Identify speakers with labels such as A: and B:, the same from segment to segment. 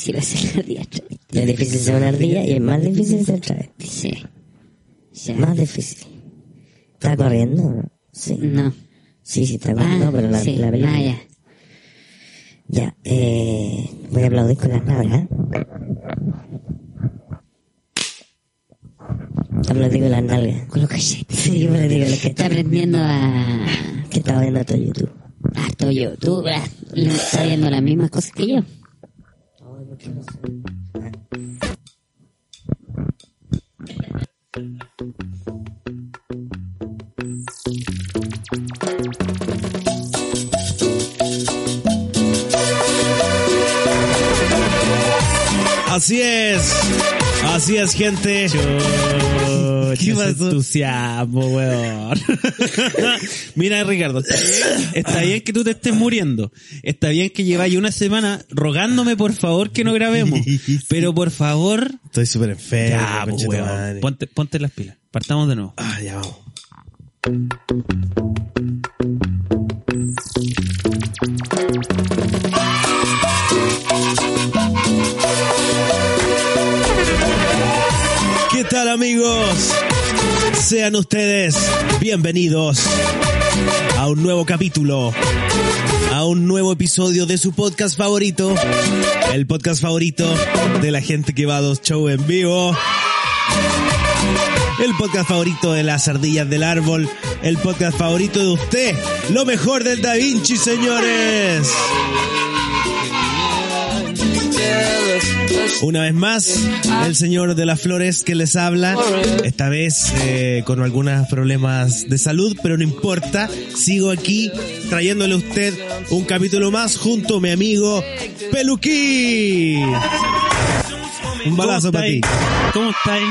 A: Si va a ser una ardilla Es difícil ser una ardilla y es más difícil ser trae.
B: Sí. Sí.
A: Más difícil. ¿Está corriendo? no? Sí.
B: No.
A: Sí, sí, está corriendo,
B: Ah,
A: pero la,
B: sí.
A: la película.
B: Ah, ya.
A: Ya, eh, voy a aplaudir con las nalgas. Aplaudí con las nalgas.
B: Con los cachetes.
A: Sí, aplaudí con las
B: Está
A: que,
B: aprendiendo a...
A: que estaba viendo todo YouTube.
B: Harto YouTube. ah, le Está viendo las mismas cosas que yo.
C: Así es. Así es, gente. ¿Qué pasó? entusiasmo, weón. Mira, Ricardo, está bien, está bien que tú te estés muriendo. Está bien que lleváis una semana rogándome, por favor, que no grabemos. Pero, por favor,
D: Estoy súper enfermo.
C: ya, pues,
D: conchetumare.
C: weón, ponte, ponte las pilas. Partamos de nuevo.
D: Ah, ya vamos. ¿Qué tal amigos? Sean ustedes bienvenidos a un nuevo capítulo, a un nuevo episodio de su podcast favorito, el podcast favorito de la gente que va a dos shows en vivo. El podcast favorito de las ardillas del árbol. El podcast favorito de usted. Lo mejor del Da Vinci, señores. Una vez más, el señor de las flores que les habla. Esta vez eh, con algunos problemas de salud, pero no importa. Sigo aquí trayéndole a usted un capítulo más junto a mi amigo Peluquín. Un balazo
C: ¿Cómo
D: para ti.
C: estáis? ¿Cómo estáis?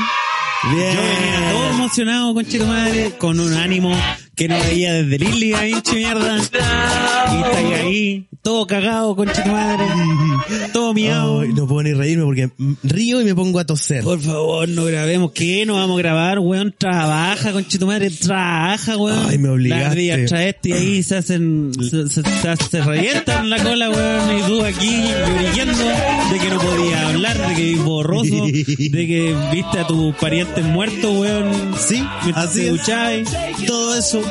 D: Bien.
C: Yo venía todo emocionado, conchito madre, con un ánimo que no veía desde Lili a hinche mierda. Y está ahí, ahí, todo cagado, conchito madre. Todo miado.
D: Ay, no puedo ni reírme porque mm, río y me pongo a toser.
C: Por favor, no grabemos. ¿Qué? No vamos a grabar, weón. Trabaja, conchito madre, trabaja, weón.
D: Ay, me obligaste.
C: Las ardillas traeste y ahí se hacen, se, se, se, se revientan la cola, weón. Y tú aquí brillando de que no podía hablar, de que es borroso, de que viste a tus parientes muertos, weón.
D: Sí,
C: Mientras
D: así
C: te
D: es.
C: duchabas.
D: Todo eso,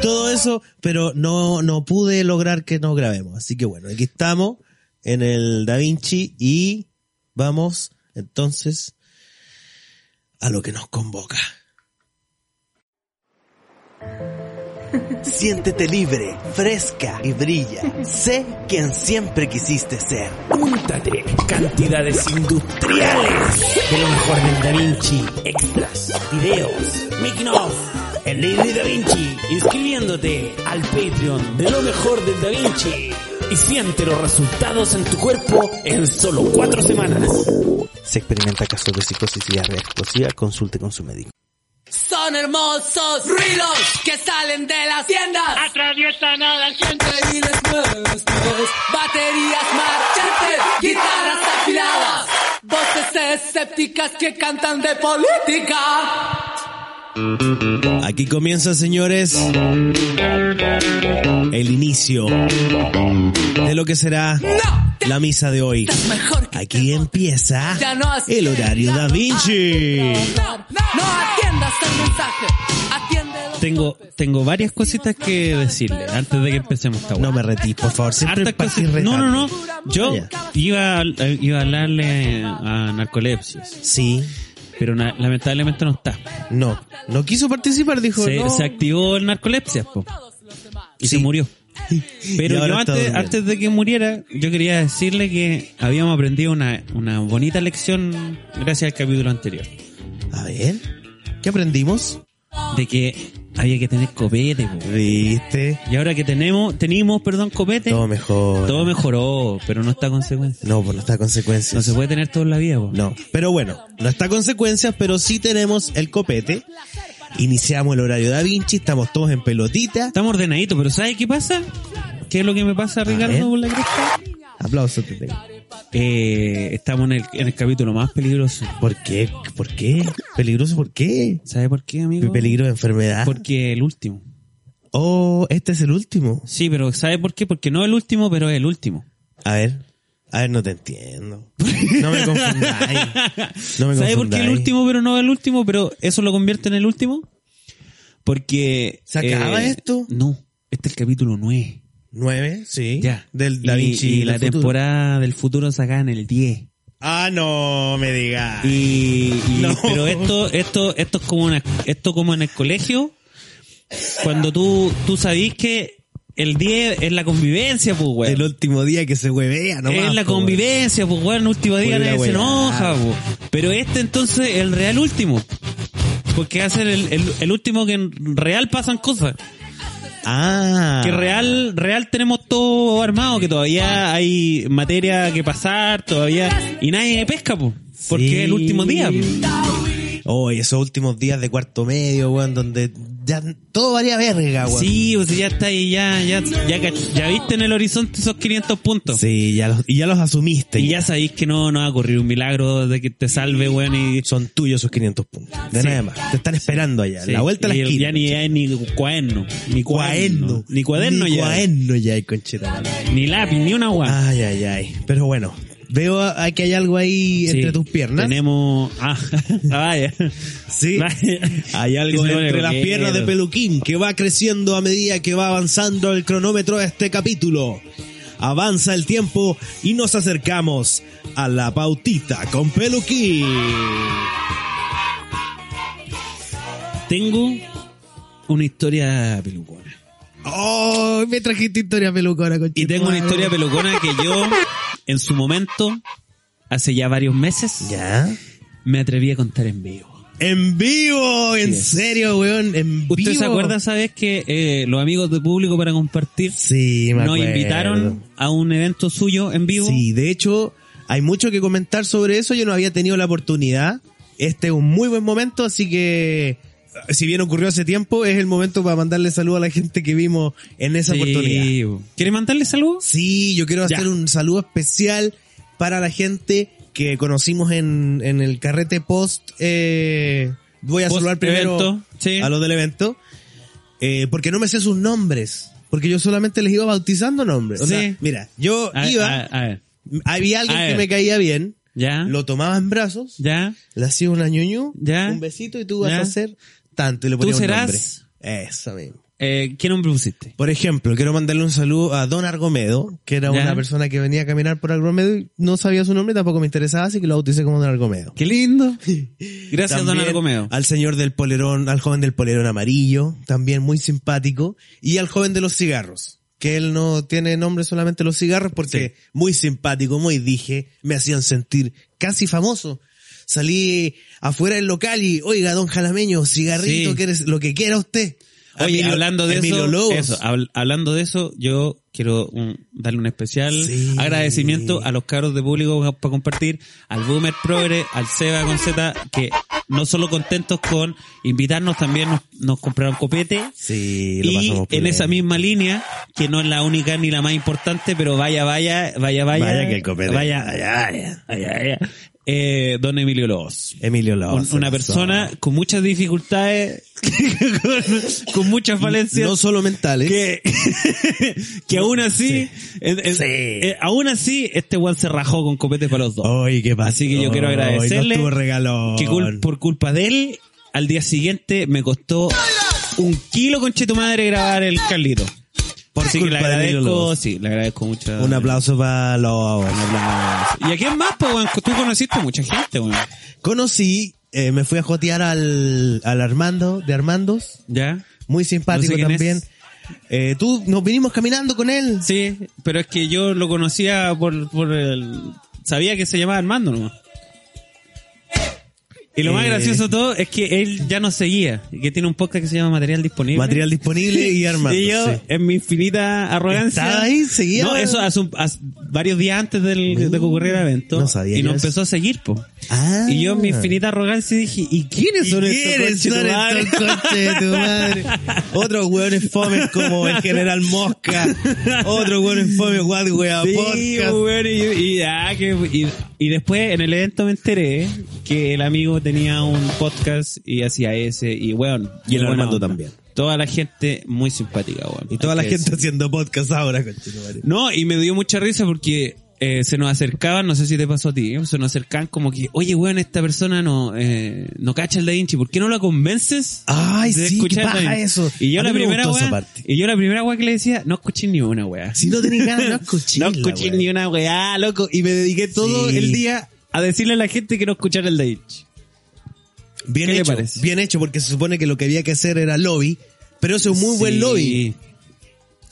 D: todo eso, pero no, no pude lograr que nos grabemos. Así que bueno, aquí estamos en el Da Vinci y vamos entonces a lo que nos convoca. Siéntete libre, fresca y brilla. Sé quien siempre quisiste ser.
E: Úntate cantidades industriales de lo mejor del Da Vinci. Extras, videos, making of, el libro de Da Vinci. Inscribiéndote al Patreon de lo mejor del Da Vinci. Y siente los resultados en tu cuerpo en solo cuatro semanas.
D: Se experimenta casos de psicosis y diarrea explosiva. Consulte con su médico.
F: Son hermosos ruidos que salen de las tiendas. Atraviesan a la gente y les mueven los pies. Baterías marchantes, guitarras afiladas, voces escépticas que cantan de política.
D: Aquí comienza, señores, el inicio de lo que será
F: No,
D: la misa de hoy.
F: es mejor que
D: Aquí empieza
F: Ya no así.
D: el horario Da Vinci.
F: no, no, no atiendas el mensaje. Atiende los
C: Tengo,
F: golpes.
C: tengo varias cositas que decirle antes de que empecemos esta
D: No
C: weá.
D: me retí, por favor, siempre
C: Hartas
D: partí
C: cosas- No, no, no.
D: retando.
C: Yo
D: Ya.
C: iba a, iba a hablarle a narcolepsis,
D: Sí,
C: pero na- lamentablemente no está.
D: no. No quiso participar, dijo.
C: Se,
D: no.
C: se activó el narcolepsia po, y
D: Sí.
C: se murió.
D: Y
C: Pero
D: ahora
C: yo
D: está
C: antes,
D: durmiendo.
C: antes de que muriera, yo quería decirle que habíamos aprendido una, una bonita lección gracias al capítulo anterior.
D: A ver, ¿qué aprendimos?
C: De que había que tener copete, po.
D: ¿Viste?
C: Y ahora que tenemos, tenemos, perdón, copete,
D: Todo
C: todo,
D: mejor.
C: mejoró, pero no está consecuencia.
D: No, pues no está a consecuencias.
C: No se puede tener todo en la vida, po.
D: No. Pero bueno, no está a consecuencias, pero sí tenemos el copete. Iniciamos el horario Da Vinci, estamos todos en pelotita.
C: Estamos ordenaditos, pero ¿sabes qué pasa? ¿Qué es lo que me pasa,
D: ver.
C: Ricardo, con la cresta?
D: Aplausos te tengo.
C: Eh, estamos en el, en el capítulo más peligroso.
D: ¿Por qué? ¿Por qué? ¿Peligroso por qué?
C: ¿Sabes por qué, amigo?
D: Peligro de enfermedad.
C: Porque el último.
D: Oh, este es el último.
C: Sí, pero ¿sabes por qué? Porque no el último, pero es el último.
D: A ver, a ver, no te entiendo. No me confundáis. No me
C: ¿Sabes por qué
D: confundáis.
C: el último, pero no el último? Pero eso lo convierte en el último. Porque. eh,
D: ¿Se acaba esto?
C: No. Este es el capítulo 9.
D: Nueve, sí.
C: Ya.
D: Del Da
C: Y-
D: Vinci.
C: Y,
D: del
C: la
D: futuro.
C: temporada del futuro se acaba en el 10.
D: Ah, no me digas.
C: Y, y-
D: No.
C: pero esto, esto, esto es como una, esto como en el colegio. Cuando tú, tú sabís que el 10 es la convivencia, pues, güey.
D: El último día que se huevea, nomás.
C: es la
D: po,
C: convivencia, pues weón, último día
D: Pura
C: nadie se
D: weá.
C: enoja, po. Pero este entonces el real último. Porque hace el, el, el último que en real pasan cosas.
D: weón. Ah.
C: Que real, real tenemos todo armado, que todavía hay materia que pasar, todavía. Y nadie pesca, po. Porque
D: Sí.
C: es el último día, po.
D: Oh, y esos últimos días de cuarto medio, weón, donde ya todo varía verga, weón.
C: Sí, o sea, ya está ahí, ya, ya, ya, cach- ya viste en el horizonte esos 500 puntos.
D: Sí, ya los, y ya los asumiste.
C: Y ya sabéis que no, no va a ocurrir un milagro de que te salve, weón, y
D: Son tuyos esos 500 puntos. De
C: Sí.
D: nada más. Te están esperando allá.
C: Sí,
D: La vuelta a la
C: y el-
D: esquina.
C: Ya ni, ya ni cuaderno. Ni cuaderno. Ni cuaderno ya.
D: Ni
C: Ah.
D: cuaderno ya hay, conchera.
C: Ni lápiz, ni una guay.
D: Ay, ay, ay. Pero bueno, veo a- que hay algo ahí entre tus piernas.
C: Tenemos. Ah, ah, vaya.
D: Sí.
C: Vaya.
D: Hay
C: Que se
D: algo
C: pone
D: entre las
C: coqueto.
D: piernas de Peluquín que va creciendo a medida que va avanzando el cronómetro de este capítulo. Avanza el tiempo y nos acercamos a la pautita con Peluquín.
C: Tengo una historia pelucona.
D: ¡Oh! Me trajiste historia pelucona con
C: Y tengo una historia pelucona que yo, en su momento, hace ya varios meses,
D: ¿Ya?
C: me atreví a contar en vivo.
D: ¡En vivo! ¡En
C: Sí.
D: serio, weón! ¡En vivo!
C: ¿Usted se acuerda, sabes, que eh, los amigos de público para compartir
D: Sí, me
C: nos
D: acuerdo.
C: invitaron a un evento suyo en vivo?
D: Sí, de hecho, hay mucho que comentar sobre eso. Yo no había tenido la oportunidad. Este es un muy buen momento, así que eh, si bien ocurrió hace tiempo, es el momento para mandarle saludo a la gente que vimos en esa
C: Sí,
D: oportunidad.
C: bo. ¿Quiere mandarle saludos?
D: Sí, yo quiero
C: Ya.
D: hacer un saludo especial para la gente que conocimos en, en el carrete post. eh, voy a
C: Post
D: saludar primero
C: evento, sí.
D: a los del evento, eh, porque no me sé sus nombres. Porque yo solamente les iba bautizando nombres. O
C: Sí.
D: sea, mira, yo
C: A-
D: iba,
C: a- a ver.
D: había alguien
C: A
D: que
C: ver.
D: me caía bien,
C: ¿Ya?
D: lo tomaba en brazos,
C: ¿Ya?
D: le hacía una ñuñu,
C: Ya.
D: un besito y tú vas
C: Ya.
D: a hacer tanto y le ponía un
C: serás-
D: nombre. Eso mismo.
C: Eh, ¿Qué nombre pusiste?
D: Por ejemplo, quiero mandarle un saludo a Don Argomedo, que era
C: Ya.
D: una persona que venía a caminar por Argomedo y no sabía su nombre, tampoco me interesaba, así que lo bauticé como Don Argomedo.
C: ¡Qué lindo! Gracias, don
D: También
C: Argomeo.
D: Al señor del polerón, al joven del polerón amarillo, también muy simpático, y al joven de los cigarros, que él no tiene nombre solamente los cigarros porque muy simpático, muy dije, me hacían sentir casi famoso. Salí afuera del local y, oiga, don Jalameño, cigarrito,
C: Sí.
D: ¿quieres lo que quiera usted.
C: Oye,
D: Ah, Emilio-
C: hablando de
D: Emilio
C: eso,
D: Lobos.
C: eso, ah, habl- hablando de eso, yo quiero un- darle un especial
D: Sí.
C: agradecimiento a los caros de público pa- para compartir, al Boomer Progre, al Seba con Z, que no solo contentos con invitarnos, también nos, nos compraron copete.
D: Sí, lo
C: Y
D: pasamos
C: en
D: pulento.
C: esa misma línea, que no es la única ni la más importante, pero vaya, vaya, vaya, vaya.
D: Vaya que el copete.
C: Vaya, vaya, vaya, vaya, vaya. Eh, don Emilio Lobos.
D: Emilio
C: Un-
D: Lobos.
C: una
D: se pasó.
C: persona con muchas dificultades, con, con muchas falencias,
D: No solo ¿eh? mentales.
C: que, que aún así, en- en-
D: Sí.
C: eh, aún así, este one se rajó con copete para los dos.
D: Oye, qué pasó.
C: Así que yo quiero
D: Ay, no
C: agradecerle
D: estuvo regalón.
C: que cul- por culpa de él, al día siguiente me costó un kilo con tu madre grabar el Carlito.
D: Por
C: Así que le
D: culpa de Emilio
C: agradezco,
D: Lobos.
C: sí, le agradezco mucho.
D: Un aplauso para Lobos.
C: Un aplauso. ¿Y a quién más, po, weón? Tú conociste mucha gente, weón.
D: Conocí, eh, me fui a jotear al, al Armando, de Armandos,
C: ¿Ya?
D: muy
C: No
D: simpático
C: sé quién
D: también.
C: es.
D: Eh, tú, nos vinimos caminando con él.
C: Sí, pero es que yo lo conocía por, por el... Sabía que se llamaba Armando nomás. Y lo más
D: Eh,
C: gracioso de todo es que él ya nos seguía, y que tiene un podcast que se llama Material Disponible.
D: Material disponible y Armando.
C: Y yo,
D: sí.
C: en mi infinita arrogancia.
D: Estaba ahí, seguía.
C: No, eso hace, un- hace varios días antes del, de que ocurriera el evento.
D: No sabía
C: Y
D: yo
C: nos
D: eso.
C: empezó a seguir, po.
D: Ah.
C: Y yo, en mi infinita arrogancia, dije, ¿y quiénes son estos?
D: ¿Quiénes
C: conche tu
D: son
C: madre?
D: estos conches de tu madre? Otros hueones fomes como el General Mosca. Otros hueones fomes, what wea
C: Sí, pues,
D: podcast.
C: bueno, y, y- ah, que- y- y después en el evento me enteré que el amigo tenía un podcast y hacía ese y weón.
D: Y el
C: muy buena
D: Armando
C: onda.
D: también.
C: Toda la gente muy simpática, weón.
D: Y toda
C: Hay
D: la
C: que
D: gente
C: decir.
D: haciendo podcast ahora, conche tu madre.
C: No, y me dio mucha risa porque eh, se nos acercaban, no sé si te pasó a ti, ¿eh? se nos acercaban como que, oye weón, esta persona no, eh, no cacha el Da Vinci, ¿por qué no la convences?
D: Ay,
C: de
D: sí, qué
C: escuchar Da
D: paja
C: Vinci?
D: eso.
C: Y yo
D: A
C: la
D: mí me
C: primera
D: gustó esa
C: weá,
D: parte.
C: y yo la primera weá que le decía, no escuché ni una weá.
D: Si no tenés ganas, no escuché.
C: No escuché ni una weá, loco. Y me dediqué todo
D: Sí.
C: el día a decirle a la gente que no escuchara el Daich.
D: Bien
C: ¿Qué le
D: hecho,
C: parece?
D: bien hecho, porque se supone que lo que había que hacer era lobby, pero ese es un muy buen lobby.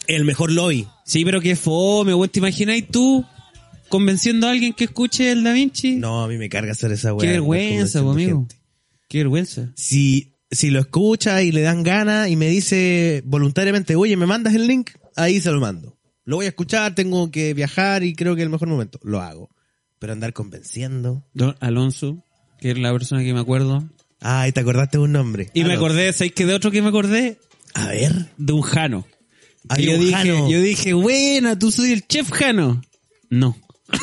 D: El mejor lobby.
C: Sí, pero qué fome, weón. ¿Te imagináis tú convenciendo a alguien que escuche el Da Vinci?
D: No, a mí me carga hacer esa weá.
C: Qué
D: andar
C: vergüenza,
D: convenciendo
C: po, amigo.
D: gente.
C: Qué vergüenza.
D: Si, si lo escucha y le dan ganas y me dice voluntariamente, oye, ¿me mandas el link? Ahí se lo mando. Lo voy a escuchar, tengo que viajar y creo que es el mejor momento. Lo hago. Pero andar convenciendo.
C: Don Alonso, que es la persona que me acuerdo.
D: Ay, ¿te acordaste de un nombre?
C: Y me
D: Aló.
C: acordé, ¿sabéis que de otro que me acordé?
D: A ver.
C: De un Jano.
D: Había
C: Y yo
D: Ah, un
C: dije,
D: Jano.
C: yo dije, buena, tú soy el chef Jano. No.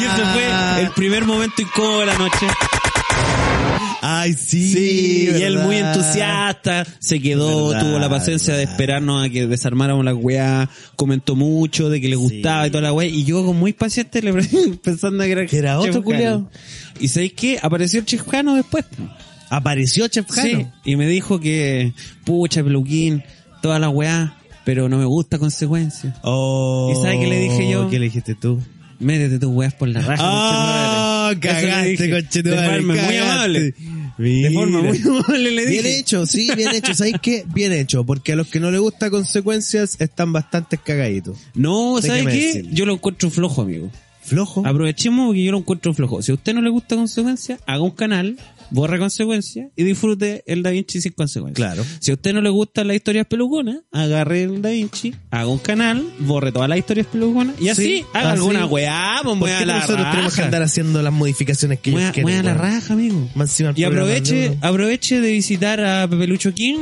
C: Y ese fue el primer momento incómodo de la noche.
D: Ay, sí.
C: Sí, y él
D: ¿verdad?
C: muy entusiasta, se quedó,
D: Verdad,
C: tuvo la paciencia de
D: verdad.
C: esperarnos a que desarmáramos la weá, comentó mucho de que le gustaba y toda la weá, y yo con muy paciente le pensando que era,
D: Que era otro
C: Chef Jano.
D: culiao.
C: Y sabéis qué, apareció el Chefcano después.
D: Apareció Chef Jano.
C: Sí, y me dijo que, pucha, peluquín, toda la weá, pero no me gusta consecuencia.
D: Oh,
C: ¿Y sabe qué le dije yo?
D: ¿Qué le dijiste tú?
C: Métete tus weas por la raja.
D: Ah,
C: conchetumare. Eso le dije, De forma muy amable.
D: De
C: forma muy amable le dije.
D: Bien hecho, sí, bien hecho. ¿Sabéis qué? Bien hecho, porque a los que no les gusta consecuencias están bastante cagaditos.
C: No, ¿sabes
D: Déjeme
C: qué?
D: decirle.
C: Yo lo encuentro flojo, amigo.
D: Flojo.
C: Aprovechemos porque yo lo encuentro flojo. Si a usted no le gusta consecuencia, haga un canal, borre consecuencia y disfrute el Da Vinci sin consecuencia.
D: Claro.
C: Si a usted no le gustan las historias peluconas, agarre el Da Vinci, haga un canal, borre todas las historias peluconas y así
D: Sí,
C: haga
D: así.
C: alguna weá, pues
D: ¿Por
C: mueva
D: qué
C: la
D: nosotros tenemos que andar
C: raja.
D: haciendo las modificaciones que
C: Mueva
D: ellos quieren?
C: mueva la
D: weón?
C: raja, amigo.
D: Más encima el
C: Y
D: programa de
C: aproveche,
D: uno.
C: aproveche de visitar a Pepelucho King,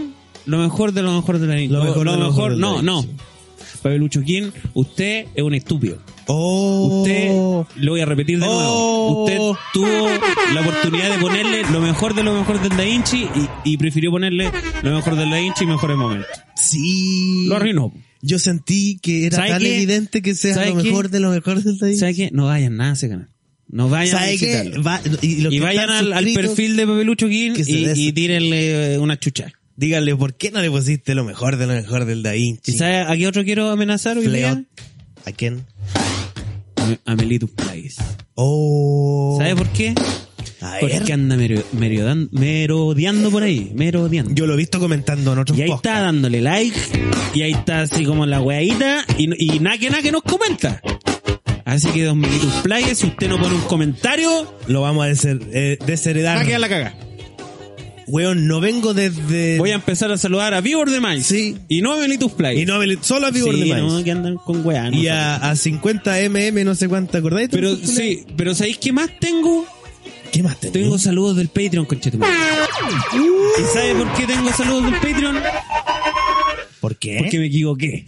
C: lo mejor de lo mejor de la
D: Lo mejor de lo mejor de Da
C: no,
D: Vinci.
C: no. Pepelucho King, usted es un estúpido.
D: Oh.
C: Usted, lo voy a repetir de
D: Oh.
C: nuevo, usted tuvo la oportunidad de ponerle lo mejor de lo mejor del Da Vinci y, y prefirió ponerle lo mejor del Da Vinci y mejores momentos.
D: Sí.
C: Lo arruinó.
D: Yo sentí que era
C: ¿Sabe
D: tan
C: qué?
D: evidente que sea
C: ¿Sabe
D: lo
C: qué?
D: mejor de lo mejor del país.
C: ¿Sabe qué? No vayan nada a ese canal. No vayan a
D: ¿Sabe qué?
C: visitarlo.
D: Va- y los
C: Y
D: que
C: vayan
D: están
C: al, al
D: suscritos,
C: perfil de Pepelucho King
D: que se
C: y,
D: des-
C: y tírenle eh, una chucha.
D: Díganle, ¿por qué no le pusiste lo mejor de lo mejor del Da Vinci?
C: ¿Y sabe a qué otro quiero amenazar hoy día?
D: Fleot. ¿A quién?
C: A Melitus Plagueis.
D: Oh.
C: ¿Sabe por qué?
D: A ver.
C: Porque anda mero- merodan- merodeando por ahí, merodeando.
D: Yo lo he visto comentando en otros
C: y ahí
D: podcasts.
C: está dándole like, y ahí está así como la weadita, y, y nada que nada que nos comenta. Así que dos Melitus Plagueis, si usted no pone un comentario,
D: Lo vamos a desher- eh, desheredar.
C: va a quedar Ah, la caga.
D: Weón, no vengo desde...
C: Voy a empezar a saludar a Vivor de Miles.
D: Sí.
C: Y no a Melitus Plagueis.
D: Y no, a Bel- solo a Vigor
C: Sí,
D: de Maíz.
C: no, que andan con weá. no
D: Y
C: sé.
D: a, a 50 mm, no sé cuánto, ¿acordáis?
C: Pero sí, pero ¿sabéis qué más tengo?
D: ¿Qué más tenés?
C: Tengo saludos del Patreon, conchetumare.
D: Uh.
C: ¿Y sabe por qué tengo saludos del
D: ¿Eh?
C: Patreon?
D: ¿Por qué?
C: Porque me equivoqué.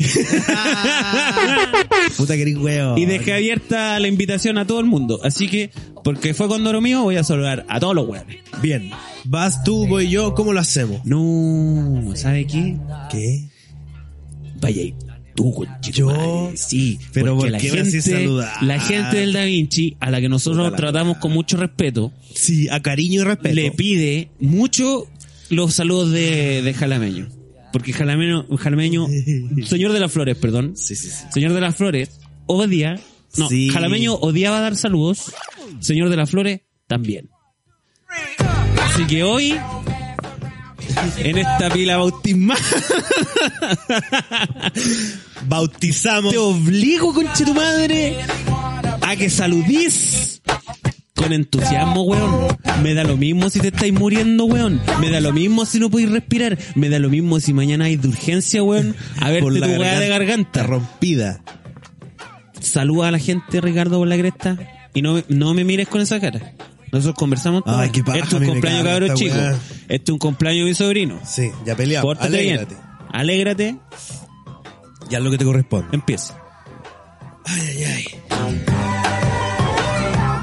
D: Puta que eres weón.
C: y dejé abierta la invitación a todo el mundo. Así que, porque fue condoro mío, voy a saludar a todos los weones.
D: Bien. Vas tú, voy yo, ¿cómo lo hacemos?
C: No, ¿sabe qué?
D: ¿Qué?
C: Vaya y tú, conchetumare.
D: Yo,
C: Sí,
D: pero
C: porque
D: ¿por qué me hacís saludar?
C: la gente del Da Vinci, a la que nosotros
D: Puta la
C: tratamos
D: weá.
C: con mucho respeto,
D: Sí, a cariño y respeto.
C: le pide mucho los saludos de, de Jalameño. Porque Jalameño, Jalameño, señor de las flores, perdón.
D: Sí, sí, sí.
C: Señor de las Flores odia, no,
D: Sí.
C: Jalameño odiaba dar saludos, Señor de las Flores también. Así que hoy, en esta pila bautismal,
D: Bautizamos.
C: te obligo, conche tu madre, a que saludís con con entusiasmo, weón. Me da lo mismo si te estáis muriendo, weón. Me da lo mismo si no podéis respirar. Me da lo mismo si mañana hay de urgencia, weón. A ver, tu
D: Por la
C: weá de
D: garganta
C: garganta.
D: rompida.
C: Saluda a la gente, Ricardo, por la cresta. Y no, me- no me mires con esa cara. Nosotros conversamos.
D: Ay,
C: todas.
D: qué paja,
C: este es
D: a mí
C: un
D: me
C: cumpleaños,
D: caga
C: cabrón,
D: esta
C: chico.
D: weá.
C: Este es un cumpleaños de mi sobrino.
D: Sí, ya peleamos.
C: Pórtate
D: Alégrate.
C: bien. Alégrate.
D: Ya es lo que te corresponde.
C: Empieza.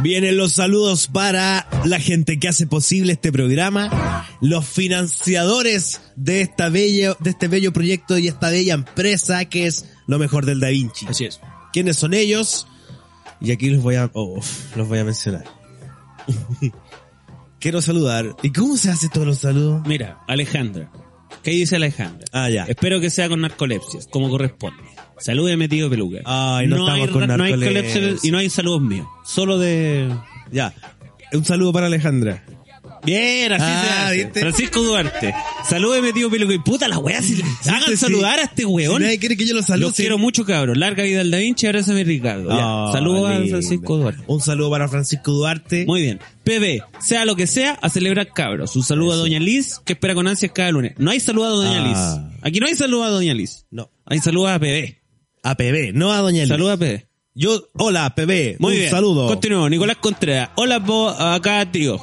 D: Vienen los saludos para la gente que hace posible este programa, los financiadores de esta bella, de este bello proyecto y esta bella empresa que es lo mejor del Da Vinci.
C: Así es.
D: ¿Quiénes son ellos? Y aquí los voy a, oh, los voy a mencionar. Quiero saludar. ¿Y cómo se hace todos los saludos?
C: Mira, Alejandra. ¿Qué dice Alejandra?
D: Ah, ya.
C: Espero que sea con narcolepsias, como corresponde. Salúdeme, tío Peluca.
D: Ay, no estamos
C: hay,
D: con
C: ra- no hay
D: narcolepsia.
C: colepsia y no hay saludos míos. Solo de...
D: Ya. Un saludo para Alejandra.
C: Bien, así
D: Ah,
C: se hace.
D: ¿viste?
C: Francisco Duarte. Salúdeme, tío Peluca. Y puta la weá, si hagan
D: Sí,
C: saludar a este weón.
D: Si nadie quiere que yo los salude.
C: Los quiero mucho, cabros. Larga vida al Da Vinci, abrazo a mi Ricardo.
D: Ah,
C: Ya. Saludos a
D: lindo.
C: Francisco Duarte.
D: Un saludo para Francisco Duarte.
C: Muy bien. PB, sea lo que sea, a celebrar cabros. Un saludo a Doña Liz, que espera con ansias cada lunes. No hay saludo a Doña
D: Ah.
C: Liz. Aquí no hay saludo a Doña Liz.
D: No.
C: Hay saludo a PB.
D: A PB, no a Doña Liz.
C: Saludo a PB.
D: Yo, hola, PB.
C: Muy
D: un
C: bien.
D: saludo.
C: Continuamos. Nicolás Contreras. Hola, po, acá, tío.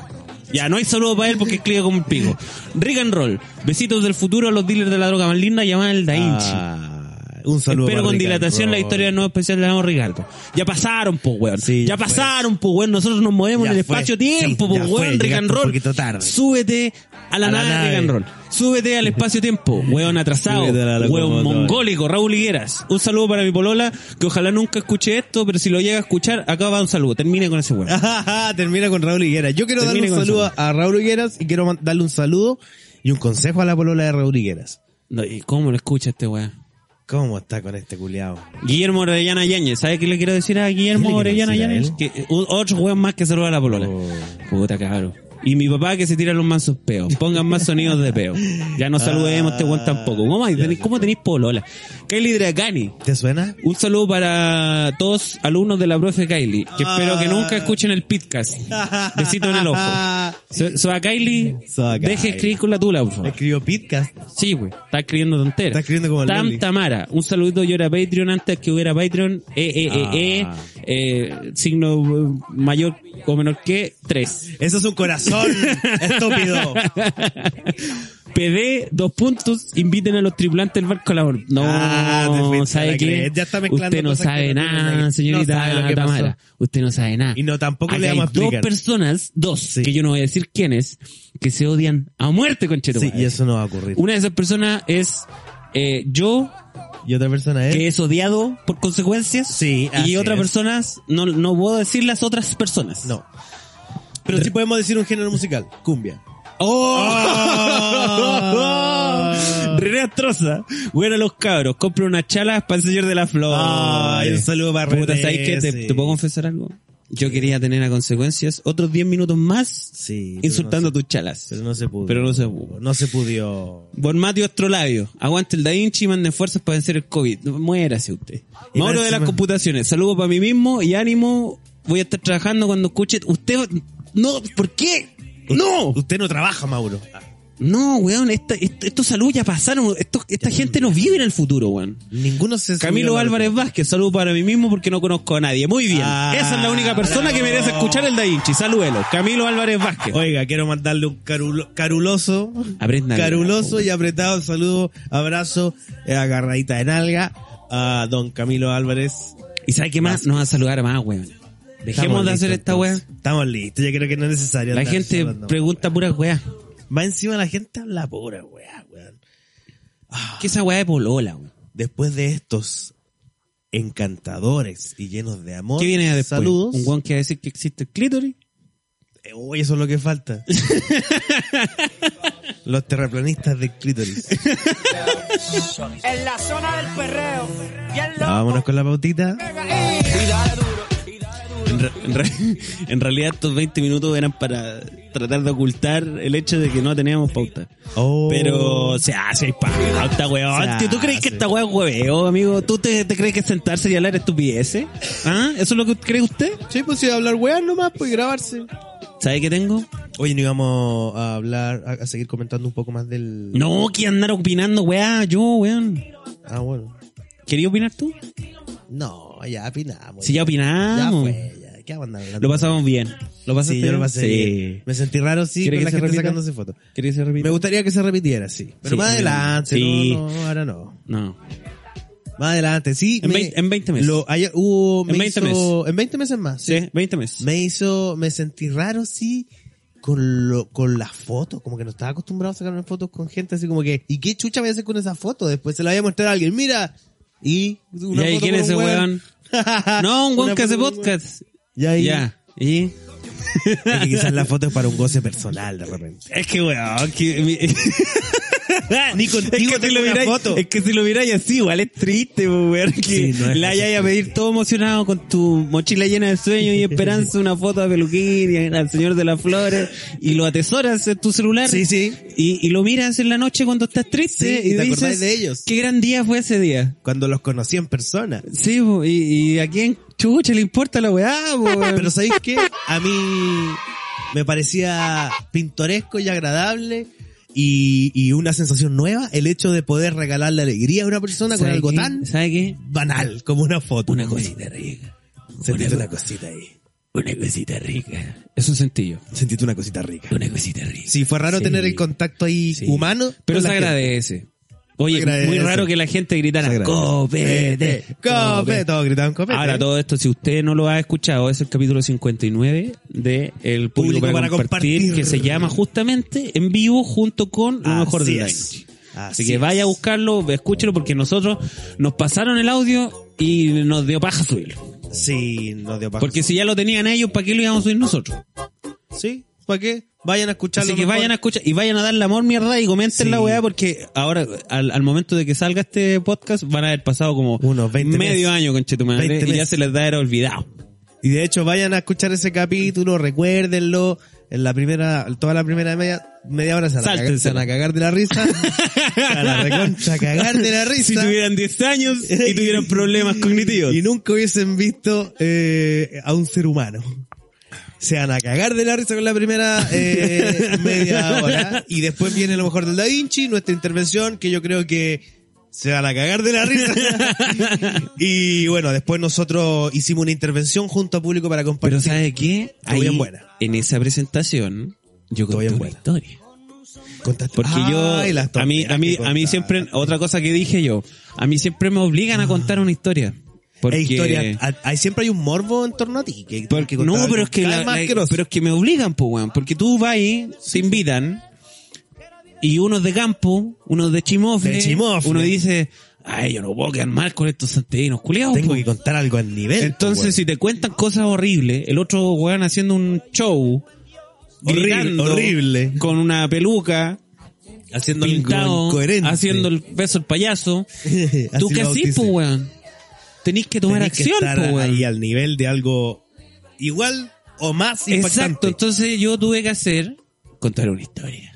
C: Ya, no hay saludo para él porque escribe como un pico. Rick and Roll. Besitos del futuro a los dealers de la droga más linda llamada el Da Inchi.
D: Ah, un saludo.
C: Espero
D: para
C: con
D: Ricardo.
C: dilatación la historia del nuevo especial de Damos Ricardo. Ya pasaron, pues, weón.
D: Sí,
C: ya
D: ya fue.
C: pasaron, pues, weón. Nosotros nos movemos
D: Ya
C: en el
D: fue.
C: espacio-tiempo,
D: Sí,
C: pues,
D: ya fue.
C: weón. Rick
D: Llegaste
C: and
D: un
C: Roll.
D: poquito tarde.
C: Súbete a la
D: A la
C: nave, de
D: nave.
C: Rick and Roll. Súbete al espacio-tiempo, weón atrasado,
D: Súbete a la
C: weón
D: locomotora.
C: mongólico, Raúl Higueras. Un saludo para mi polola, que ojalá nunca escuche esto, pero si lo llega a escuchar, acá va un saludo. Termine con ese weón.
D: Ah. Ajá, termina con Raúl Higueras. Yo quiero
C: Termine
D: darle
C: con
D: un saludo a Raúl Higueras y quiero man- darle un saludo y un consejo a la polola de Raúl Higueras.
C: No, ¿Y cómo lo escucha este weón?
D: ¿Cómo está con este culiao?
C: Guillermo Orellana Yáñez, ¿sabe qué le quiero decir a
D: ¿Qué
C: Guillermo
D: le quiero
C: Orellana
D: decir a
C: Yáñez?
D: él? Oh.
C: Que eh, u- otro weón más que saluda a la polola. Puta cabrón. Y mi papá que se tira los mansos peos. Pongan más sonidos de peo. Ya no saludemos a este weón tampoco. ¿Cómo, hay- tenéis- cómo tenéis polola? Kylie Dracani.
D: ¿Te suena?
C: Un saludo para todos alumnos de la profe Kylie. Que espero que
D: Ah.
C: nunca escuchen el podcast. Besito en el ojo. So- Soa Kylie,
D: Soa Kylie.
C: deje escribir con la tula, por favor.
D: Escribió Pitcast.
C: Sí, güey. Está escribiendo tonteras.
D: Está escribiendo como el
C: Tam
D: Loli.
C: Tamara. Un saludito. Yo era Patreon antes que hubiera Patreon. Eh, eh, eh,
D: Ah.
C: eh. eh, signo eh, mayor o menor que 3.
D: Eso es un corazón, estúpido.
C: PD, dos puntos. Inviten a los tripulantes del barco a la or- No,
D: Ah, te fuiste a
C: ¿sabe
D: la
C: qué?
D: cresta. Ya está mezclando
C: Usted no
D: cosas que
C: sabe
D: no tienen nada que-
C: nada,
D: no
C: señorita
D: sabe lo que pasó.
C: Tamara. Usted no sabe nada.
D: Y no, tampoco
C: Acá
D: le vamos a
C: hay dos
D: explicar.
C: personas, dos,
D: Sí.
C: que yo no voy a decir quiénes, que se odian a muerte con Cheto.
D: Sí, y eso no va a ocurrir.
C: Una de esas personas es eh, yo,
D: Y otra persona es.
C: que es odiado por consecuencias.
D: ¿Eh? Sí,
C: Y
D: así
C: otras
D: es.
C: personas, no, no puedo decir las otras personas.
D: No. Pero sí podemos decir un género musical. Cumbia. Ah.
C: ¡Oh! René Astroza. Bueno, los cabros, compro unas chalas para el señor de la flor.
D: Ay, un saludo para
C: Puta,
D: René,
C: ¿sabes qué? ¿Te,
D: sí.
C: te puedo confesar algo? Yo quería tener a consecuencias otros 10 minutos más
D: Sí, pero
C: insultando
D: no se-
C: tus chalas.
D: Pero no se pudo.
C: Pero no se pudo.
D: No se pudo.
C: Bormatio Astrolabio, aguante el Da Vinci y manden fuerzas para vencer el COVID. Muérase usted.
D: Y
C: Mauro
D: más
C: de las
D: encima-
C: computaciones, saludos para mí mismo y ánimo. Voy a estar trabajando cuando escuche. Usted, va- no, ¿por qué? No,
D: Usted no trabaja, Mauro.
C: no, weón, esta, est- estos saludos ya pasaron. Esto- esta gente no vive en el futuro, weón.
D: Ninguno se
C: Camilo
D: subió al
C: Álvarez
D: barco.
C: Vázquez, saludos para mí mismo porque no conozco a nadie. Muy bien,
D: Ah,
C: esa es la única persona que merece
D: bravo.
C: escuchar el Da Vinci. Salúdelo, Camilo Álvarez Vázquez.
D: Oiga, quiero mandarle un carulo- caruloso,
C: Aprendan.
D: caruloso y apretado saludo, abrazo, eh, agarradita de nalga a don Camilo Álvarez.
C: ¿Y sabe qué más? Nos va a saludar más, weón. Dejemos
D: Estamos
C: de hacer
D: listos,
C: esta weá.
D: entonces. Estamos listos, yo creo que no es necesario.
C: La
D: andar
C: gente
D: saludando.
C: pregunta puras weas.
D: Más encima la gente habla pura, weá, weón.
C: ¿Qué esa wea de polola, weón?
D: Después de estos encantadores y llenos de amor,
C: ¿Qué viene después?
D: saludos.
C: ¿Un weón que va a decir que existe el clítoris?
D: Eh, Uy, eso es lo que falta. Los terraplanistas de clítoris.
G: En la zona del perreo. Bien
D: Ya, Vámonos con la pautita.
C: En, re- en re- en realidad estos 20 minutos eran para tratar de ocultar el hecho de que no teníamos pauta.
D: Oh.
C: Pero se hace hay pauta, weón.
D: Se
C: ¿Tú crees que
D: hace.
C: esta wea es hueveo, amigo? ¿Tú te, te crees que sentarse y hablar estupideces? ¿Ah? ¿Eso es lo que cree usted?
D: Sí, pues si hablar weá nomás, pues grabarse.
C: ¿Sabe qué tengo?
D: Oye, no íbamos a hablar, a, a seguir comentando un poco más del.
C: No, que andar opinando, weá, yo, weón.
D: Ah, bueno.
C: ¿Querías opinar tú?
D: No, ya opinamos.
C: Sí, ya opinamos.
D: Ya fue, ya. ¿Qué vamos a andar hablando?
C: Lo pasamos bien. ¿Lo pasaste
D: Sí, yo lo pasé
C: Sí.
D: bien. Me sentí raro, sí,
C: ¿Quiere
D: con
C: que
D: la
C: se
D: gente
C: repita?
D: sacándose fotos.
C: ¿Querías ser
D: Me gustaría que se repitiera, sí. Pero
C: Sí.
D: más adelante,
C: Sí.
D: no, no, ahora no.
C: No.
D: Más adelante, sí.
C: En
D: me-
C: veinte- en veinte meses.
D: Lo, ayer hubo, me
C: En veinte
D: hizo- En 20 meses más, sí.
C: Sí, 20 meses.
D: Me hizo, me sentí raro, sí, con lo, con las fotos. Como que no estaba acostumbrado a sacarme fotos con gente así como que, ¿y qué chucha voy a hacer con esa foto? Después se la voy a mostrar a alguien, mira. Y, una
C: ¿Y ahí
D: foto
C: quién
D: con
C: es ese
D: un
C: weón? No, un
D: Una
C: weón que hace
D: foto con un weón.
C: podcast.
D: Y ahí,
C: Ya. ¿Y?
D: Es que quizás la foto es para un goce personal de repente.
C: Es que, weón, que... mi-
D: Ni contigo
C: es que si
D: tengo
C: lo
D: una
C: miráis,
D: foto.
C: Es que si lo miráis así, igual es triste, po, weón. Que
D: Sí, no es
C: la hayáis a pedir todo emocionado con tu mochila llena de sueños y esperanza, una foto de peluquín y al señor de las flores, y lo atesoras en tu celular.
D: Sí, sí.
C: Y, y lo miras en la noche cuando estás triste
D: Sí,
C: y
D: y te
C: dices,
D: acordáis de ellos.
C: qué gran día fue ese día.
D: Cuando los conocí en persona.
C: Sí, po, y, y a quién chucha le importa la weá, po, weón.
D: Pero ¿sabéis qué? A mí me parecía pintoresco y agradable y, y una sensación nueva el hecho de poder regalarle alegría a una persona con
C: ¿Sabe
D: algo
C: qué?
D: tan
C: ¿Sabe qué?
D: banal como una foto.
C: Una cosita rica.
D: Sentiste una cosita ahí.
C: Una cosita rica. Es un sentillo.
D: Sentiste una cosita rica.
C: Una cosita rica.
D: Sí, fue raro
C: Sí.
D: tener el contacto ahí
C: Sí.
D: humano.
C: Pero
D: con
C: se
D: la gente.
C: agradece. Oye,
D: Se agradece.
C: muy raro que la gente
D: Se
C: gritara
D: agradece. Eh,
C: copete,
D: Copete, todos gritaban copete.
C: Ahora todo esto, si usted no lo ha escuchado, es el capítulo 59 de El Público, para, compartir, que se llama justamente en vivo junto con lo mejor
D: Así
C: del
D: es.
C: Line.
D: Así
C: Así que
D: es.
C: vaya a buscarlo, escúchelo porque nosotros nos pasaron el audio y nos dio paja subirlo.
D: Sí, nos dio paja.
C: Porque si ya lo tenían ellos, ¿para qué lo íbamos a subir nosotros?
D: Sí, ¿para qué? Vayan a escucharlo.
C: Así que
D: mejor.
C: vayan a escuchar y vayan a darle amor, mierda, y comenten
D: Sí.
C: la weá, porque ahora, al, al momento de que salga este podcast, van a haber pasado como
D: Unos 20 meses.
C: medio año, conchetumadre,
D: 20
C: y ya
D: meses.
C: se les da era olvidado.
D: Y de hecho, vayan a escuchar ese capítulo, recuérdenlo. En la primera, toda la primera media, media hora se van, a cagar,
C: Sáltenselo.
D: se van a cagar de la risa. se van a recontra cagar de la risa.
C: Si tuvieran 10 años y tuvieran problemas cognitivos.
D: Y nunca hubiesen visto eh, a un ser humano. Se van a cagar de la risa con la primera eh, media hora. Y después viene lo mejor del Da Vinci, nuestra intervención, que yo creo que se van a cagar de la risa. y bueno, después nosotros hicimos una intervención junto a público para compartir.
C: Pero ¿sabe qué?
D: Estuvo bien buena.
C: En esa presentación, yo
D: Estuvo
C: conté
D: bien
C: una
D: buena.
C: historia.
D: Contaste-
C: Porque
D: Ay, las
C: yo, a mí, a mí,
D: tonteras que
C: a mí
D: contaste.
C: siempre, otra cosa que dije yo, a mí siempre me obligan a contar una historia. Porque...
D: Hay historia, hay- hay- siempre hay un morbo en torno a ti. Que,
C: Porque,
D: que
C: no,
D: contar
C: pero es que,
D: cada
C: la-
D: vez más
C: la-
D: asqueroso.
C: pero es que me obligan, pues, weón. Porque tú vas ahí, te invitan, y unos de campo, unos de chimofle,
D: De chimofle.
C: uno dice, ay, yo no puedo quedar mal con estos santinos culiados,
D: Tengo
C: pues".
D: que contar algo al nivel.
C: Entonces,
D: pues,
C: si te cuentan cosas horribles, el otro weón haciendo un show,
D: Horrible,
C: gritando,
D: horrible.
C: con una peluca,
D: weón. haciendo algo
C: pintado,
D: incoherente.
C: haciendo el beso el payaso,
D: Así
C: tú qué
D: lo
C: haces,
D: bauticé.
C: pues, weón. Tenís que tomar
D: Tenés que
C: acción,
D: estar
C: pues, weón.
D: ahí al nivel de algo igual o más
C: Exacto,
D: impactante.
C: entonces yo tuve que hacer contar una historia.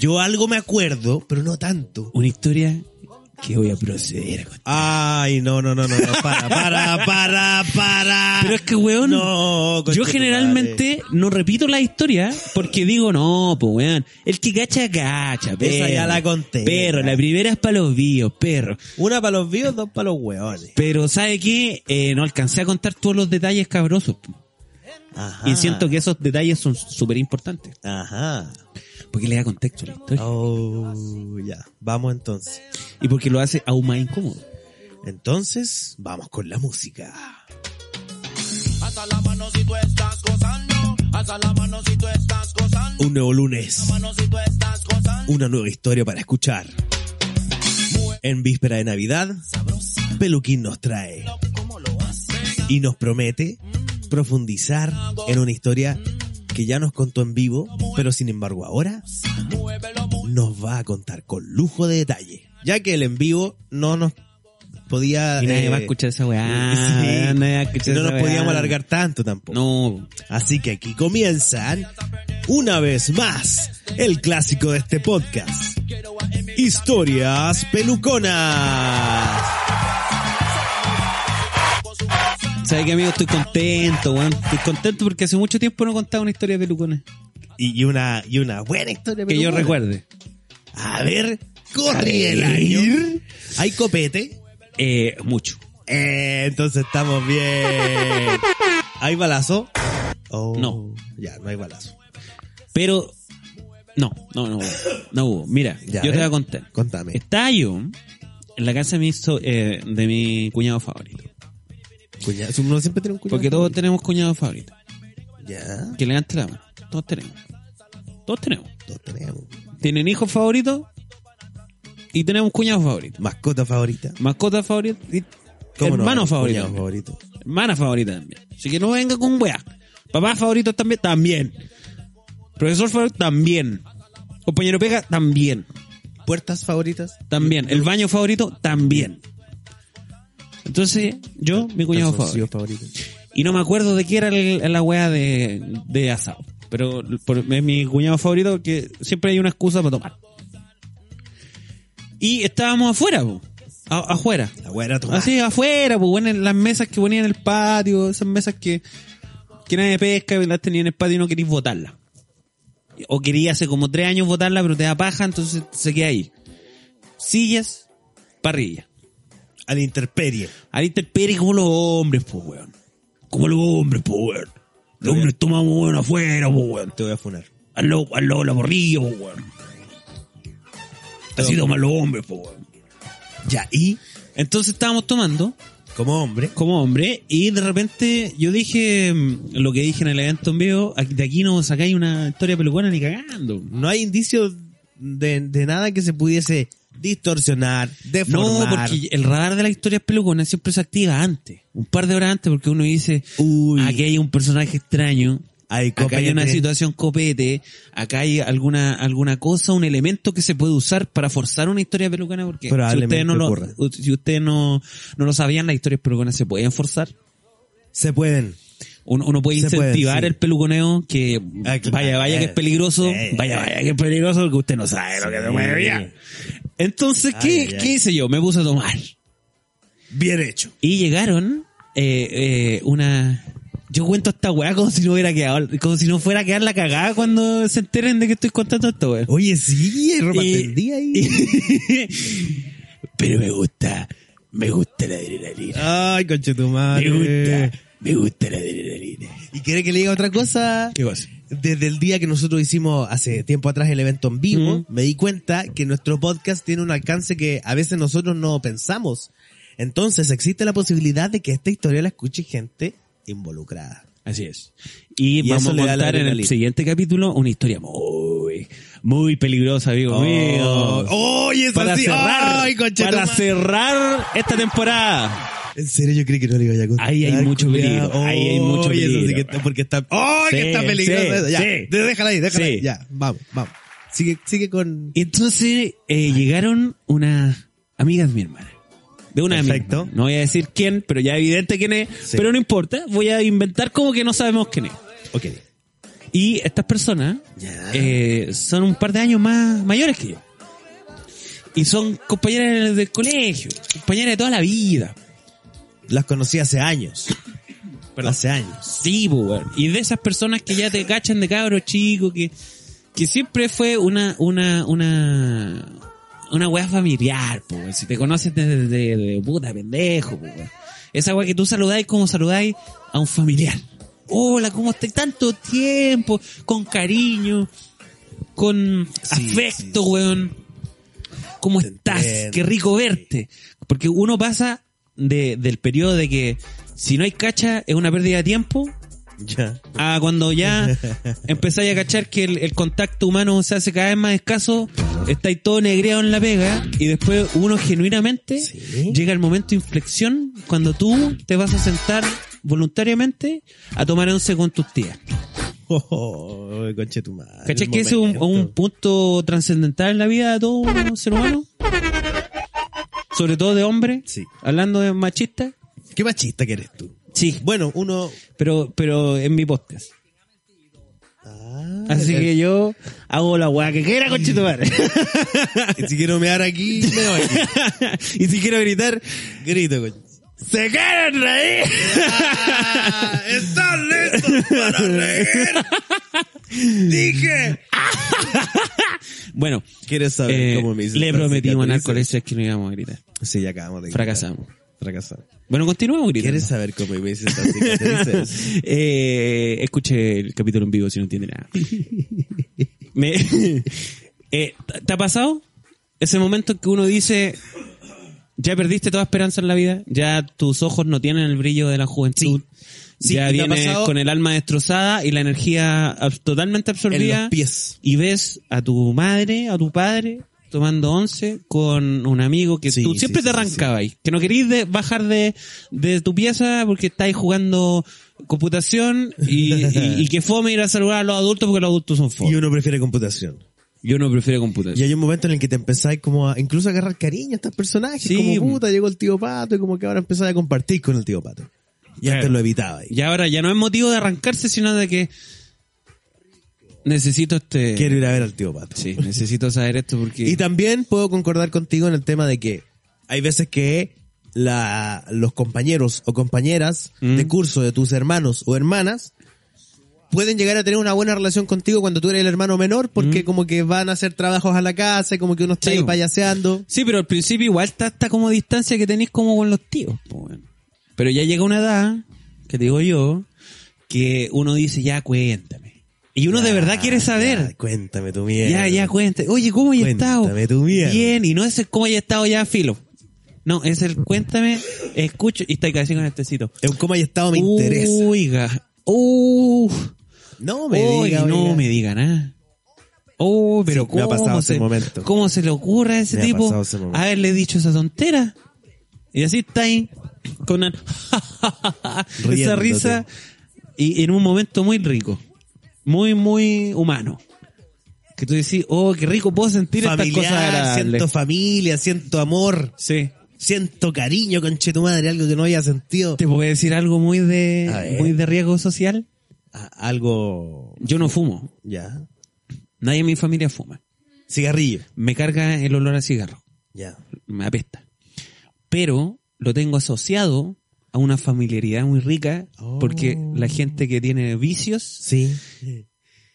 D: Yo algo me acuerdo, pero no tanto.
C: Una historia que voy a proceder a contar.
D: Ay, no, no, no, no, no, para, para, para, para.
C: Pero es que, weón,
D: No,
C: yo
D: conchetumare.
C: generalmente no repito la historia porque digo, no, pues, weón, el que cacha, cacha, perro.
D: Esa ya la conté.
C: Perro, la primera es para los víos, perro.
D: Una para los vivos, dos para los hueones.
C: Pero, ¿sabe qué? Eh, no alcancé a contar todos los detalles cabrosos. po.
D: Ajá.
C: Y siento que esos detalles son súper importantes.
D: Ajá.
C: Porque le da contexto a la historia.
D: Oh, ya. Vamos entonces.
C: Y porque lo hace aún más incómodo.
D: Entonces, vamos con la música. Un nuevo lunes. Una nueva historia para escuchar. En víspera de Navidad, Peluquín nos trae y nos promete profundizar en una historia que ya nos contó en vivo, pero sin embargo ahora nos va a contar con lujo de detalle, ya que el en vivo no nos podía...
C: Y nadie
D: eh,
C: va a escuchar esa weá.
D: sí,
C: nadie va a escuchar
D: no
C: esa
D: nos podíamos
C: weá.
D: alargar tanto tampoco.
C: No,
D: Así que aquí comienzan, una vez más, el clásico de este podcast. Historias peluconas.
C: ¿Sabes qué, amigo? Estoy contento, weón. Estoy contento porque hace mucho tiempo no contaba una historia de pelucones.
D: Y, y una, y una buena historia.
C: Que yo
D: pelucona.
C: recuerde.
D: A ver, corre el año. Hay copete.
C: Eh, mucho.
D: Eh, entonces estamos bien. ¿Hay balazo? Oh,
C: No.
D: Ya, no hay balazo.
C: Pero, no, no, no, hubo. no hubo. Mira,
D: Ya,
C: yo
D: a
C: te voy a
D: ver.
C: contar.
D: Contame.
C: Estaba yo en la casa de mi, so- eh, de mi cuñado favorito.
D: Cuñado, uno siempre tiene un cuñado.
C: Porque todos tenemos cuñados favoritos.
D: Ya,
C: Que le dan la mano. Todos tenemos. Todos tenemos.
D: todos tenemos.
C: Tienen hijos favoritos y tenemos cuñados favoritos.
D: Mascota favorita.
C: Mascota favorita y
D: ¿Cómo no?
C: hermano
D: Cuñado
C: favorito. también.
D: favorito.
C: Hermana favorita también. Así que no venga con weá. Papá favorito también. También. Profesor favorito también. Compañero pega también.
D: ¿Puertas favoritas?
C: También. El baño favorito, también. Entonces, yo, mi cuñado
D: Calzoncillos
C: favorito. Y no me acuerdo de qué era el- la weá de, de asado. Pero por- es mi cuñado favorito porque siempre hay una excusa para tomar. Y estábamos afuera, po. A- afuera.
D: La güera tu
C: Así, Ah, afuera, pues, bueno, en las mesas que ponían en el patio, esas mesas que, que nadie pesca, y las tenían en el patio y no querías botarla. O quería hace como tres años botarla, pero te da paja, entonces se queda ahí. Sillas, parrilla.
D: Al interperie.
C: Ahí te pere como los hombres, pues, weón. Como los hombres, pues, weón. Los hombres tomamos, weón, afuera, pues, weón.
D: Te voy a funar.
C: Al lado, al lado de la parrilla, pues, weón. Así toman los hombres, pues, weón.
D: Ya, y
C: Entonces estábamos tomando
D: como hombre,
C: como hombre y de repente yo dije mm, lo que dije en el evento en vivo, aquí- de aquí no sacáis una historia pelucona ni cagando.
D: no hay indicios de, de nada que se pudiese distorsionar,
C: No,
D: deformar.
C: porque el radar de las historias peluconas siempre se activa antes, un par de horas antes, porque uno dice,
D: Uy.
C: aquí hay un personaje extraño,
D: Hay
C: acá hay
D: copete.
C: una situación copete, acá hay alguna alguna cosa, un elemento que se puede usar para forzar una historia pelucona, porque si
D: Probablemente
C: ustedes no lo,
D: ocurra.
C: si ustedes no, no lo sabían, las historias peluconas se podían forzar.
D: Se pueden.
C: Uno, uno puede
D: Se puede,
C: incentivar
D: sí.
C: el peluconeo que
D: Ah, claro.
C: vaya, vaya que es peligroso,
D: Eh.
C: vaya, vaya que es peligroso porque usted no sabe lo que se puede pillar. Entonces, ¿qué,
D: Ay, ay, ay.
C: ¿qué hice yo? Me puse a tomar.
D: Bien hecho.
C: Y llegaron eh, eh, una... Yo cuento esta weá como si no hubiera quedado, como si no fuera a quedar la cagada cuando se enteren de que estoy contando esto, weá.
D: Oye, sí, es ropa
C: Y-
D: tendida ahí.
C: Pero me gusta, me gusta la adrenalina.
D: Ay, conchetumare.
C: me gusta la adrenalina.
D: ¿Y quiere que le diga otra cosa?
C: ¿Qué cosa?
D: Desde el día que nosotros hicimos hace tiempo atrás el evento en vivo,
C: Mm.
D: me di cuenta que nuestro podcast tiene un alcance que a veces nosotros no pensamos. Entonces existe la posibilidad de que esta historia la escuche gente involucrada.
C: Así es. Y,
D: Y
C: vamos
D: eso
C: a
D: le da la
C: contar en el
D: adrenalina.
C: siguiente capítulo una historia muy, muy peligrosa, amigo mío.
D: ¡Oye, Oh. es
C: Para
D: así!
C: cerrar,
D: ¡Ay, conchetumare!
C: para cerrar esta temporada.
D: En serio, yo creí que no le iba a contar.
C: Ahí hay mucho
D: culiao.
C: peligro, ahí hay mucho
D: Oye, eso sí
C: peligro.
D: que está- porque está... ¡Oh,
C: Sí,
D: que está peligroso!
C: sí,
D: eso! ya,
C: sí.
D: de- déjala ahí, déjala
C: Sí.
D: ahí. Ya, vamos, vamos. Sigue, sigue con...
C: Entonces, eh, llegaron unas amigas de mi hermana. De una
D: Perfecto.
C: amiga. No voy a decir quién, pero ya es evidente quién es.
D: Sí.
C: Pero no importa, voy a inventar como que no sabemos quién es.
D: Ok.
C: Y estas personas
D: Ya.
C: eh, son un par de años más mayores que yo. Y son compañeras del colegio, compañeras de toda la vida.
D: Las conocí hace años. Hace años.
C: Sí, po, weón. Y de esas personas que ya te cachan de cabro chico, que, que siempre fue una, una, una, una weá familiar, po, weón. Si te conoces desde de, de puta pendejo, po, weón. Esa weá que tú saludáis como saludáis a un familiar. Hola, ¿cómo estás? Tanto tiempo, con cariño, con afecto, weón. ¿Cómo
D: Te
C: estás?
D: entiendo.
C: Qué rico verte. Porque uno pasa de, del periodo de que si no hay cacha es una pérdida de tiempo
D: Ya.
C: a Ah, cuando ya empezáis a cachar que el, el contacto humano se hace cada vez más escaso, estáis todo negreado en la pega y después uno genuinamente
D: Sí.
C: llega el momento de inflexión cuando tú te vas a sentar voluntariamente a tomar once con tus tías.
D: Oh, oh, oh, conche tu madre.
C: ¿Cachai
D: el
C: que ese es un,
D: momento.
C: un punto trascendental en la vida de todo ser humano? Sobre todo de hombre,
D: Sí.
C: hablando de machista.
D: ¿Qué machista que eres tú?
C: Sí,
D: Bueno, uno...
C: pero, pero en mi podcast.
D: Ah,
C: Así que yo hago la weá que quiera, conchetumare.
D: Si quiero mear aquí, meo aquí.
C: y si quiero gritar,
D: Grito, conche.
C: ¿Se quieren reír?
D: Ah, ¿Están listos para reír? Dije.
C: Bueno,
D: ¿Quieres saber
C: eh,
D: cómo me hice
C: le
D: esta
C: prometimos a
D: cicatriz?
C: Narcolepsia que no íbamos a gritar.
D: Sí, ya acabamos de
C: Fracasamos.
D: Fracasamos.
C: Bueno, continuamos gritando.
D: ¿Quieres saber cómo me hice estas cicatrices?
C: Eh, escuche el capítulo en vivo si no entiende nada. Me- eh, ¿Te ha pasado ese momento en que uno dice, ya perdiste toda esperanza en la vida, ya tus ojos no tienen el brillo de la juventud,
D: Sí,
C: ya
D: ¿y te ha
C: vienes
D: pasado?
C: con el alma destrozada y la energía ab- totalmente absorbida
D: En los pies.
C: y ves a tu madre, a tu padre tomando once con un amigo que
D: Sí,
C: tú
D: sí,
C: siempre te
D: sí, sí,
C: arrancabas ahí, que no querías de- bajar de, de tu pieza porque estáis jugando computación y, y- y que fome ir a saludar a los adultos porque los adultos son fome.
D: Y
C: Yo,
D: uno prefiere computación.
C: no prefiero
D: Y
C: computación.
D: hay un momento en el que te empezáis como a incluso a agarrar cariño a estos personajes.
C: Sí,
D: como puta, llegó el tío Pato y como que ahora empezáis a compartir con el tío Pato. Y
C: Claro.
D: antes lo evitaba.
C: Y ahora ya no es motivo de arrancarse, sino de que necesito este...
D: Quiero ir a ver al tío Pato.
C: Sí, necesito saber esto porque...
D: Y también puedo concordar contigo en el tema de que hay veces que la, los compañeros o compañeras
C: Mm.
D: de curso de tus hermanos o hermanas pueden llegar a tener una buena relación contigo cuando tú eres el hermano menor porque como que van a hacer trabajos a la casa y como que uno está
C: Mm. Sí,
D: ahí
C: bo.
D: payaseando.
C: Sí, pero al principio igual está esta como distancia que tenéis como con los tíos. po, weón. Pero ya llega una edad, que te digo yo, que uno dice, ya cuéntame. Y uno de verdad quiere
D: Ya,
C: saber.
D: cuéntame tu
C: Ya,
D: mierda.
C: ya, cuéntame. Oye, ¿cómo haya estado?
D: Cuéntame tu mierda.
C: Bien, y no es el cómo haya estado ya, filo. No, es el cuéntame, escucho, y está casi con el tecito.
D: En cómo hay estado me interesa.
C: Oiga, uh,
D: No me
C: Oye,
D: diga,
C: no
D: oiga.
C: me diga nada. Oh, pero
D: Sí, me ha
C: ¿cómo,
D: pasado ese
C: se,
D: momento.
C: ¿cómo se le ocurre a ese
D: Me ha
C: tipo
D: pasado ese momento.
C: haberle dicho esa tontera? Y así está ahí, con el- esa
D: Riéndote.
C: risa, y en un momento muy rico, muy, muy humano. Que tú decís, oh, qué rico puedo sentir estas cosas
D: Familiar,
C: agradables.
D: siento familia, siento amor,
C: Sí.
D: siento cariño, conche tu madre, algo que no había sentido.
C: ¿Te puedo decir algo muy
D: A
C: de,
D: ver.
C: muy de riesgo social?
D: A- algo
C: Yo no fumo.
D: ya
C: Nadie en mi familia fuma.
D: cigarrillo
C: Me carga el olor a cigarro.
D: ya
C: me apesta. Pero lo tengo asociado a una familiaridad muy rica porque la
D: Oh.
C: gente que tiene vicios
D: sí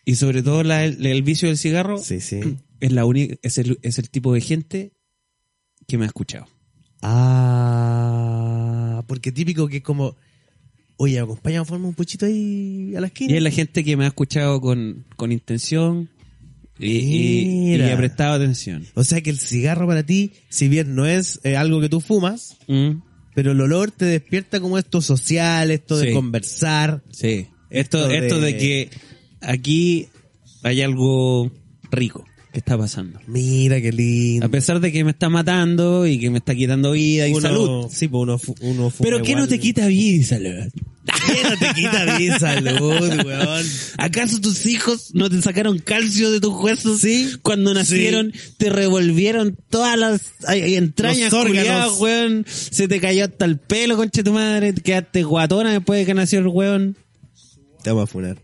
C: y sobre todo la- el, el vicio del cigarro
D: sí sí
C: es la única es el, es el tipo de gente que me ha escuchado.
D: ah porque típico que es como oye acompaña a formar un puchito ahí a
C: Y
D: la esquina
C: es la gente que me ha escuchado con, con intención y, y- y
D: Mira.
C: ha prestado atención.
D: o sea que el cigarro para ti si bien no es eh, algo que tú fumas
C: Mm,
D: pero el olor te despierta como esto social esto
C: Sí.
D: de conversar
C: Sí. Esto,
D: Esto de-
C: esto de que aquí hay algo rico que está pasando.
D: mira qué lindo
C: A pesar de que me está matando y que me está quitando vida y
D: Uno-
C: salud.
D: sí pues uno fu- uno fuma
C: Pero ¿qué no
D: igual.
C: te quita vida y salud?
D: ¿Qué no te quita bien salud weón
C: ¿Acaso tus hijos no te sacaron calcio de tus huesos? Sí. Cuando nacieron, te revolvieron todas las ay, entrañas,
D: Los órganos.
C: culiadas, weón. Se te cayó hasta el pelo, conche tu madre. Te quedaste guatona después de que nació el weón.
D: te vamos a funar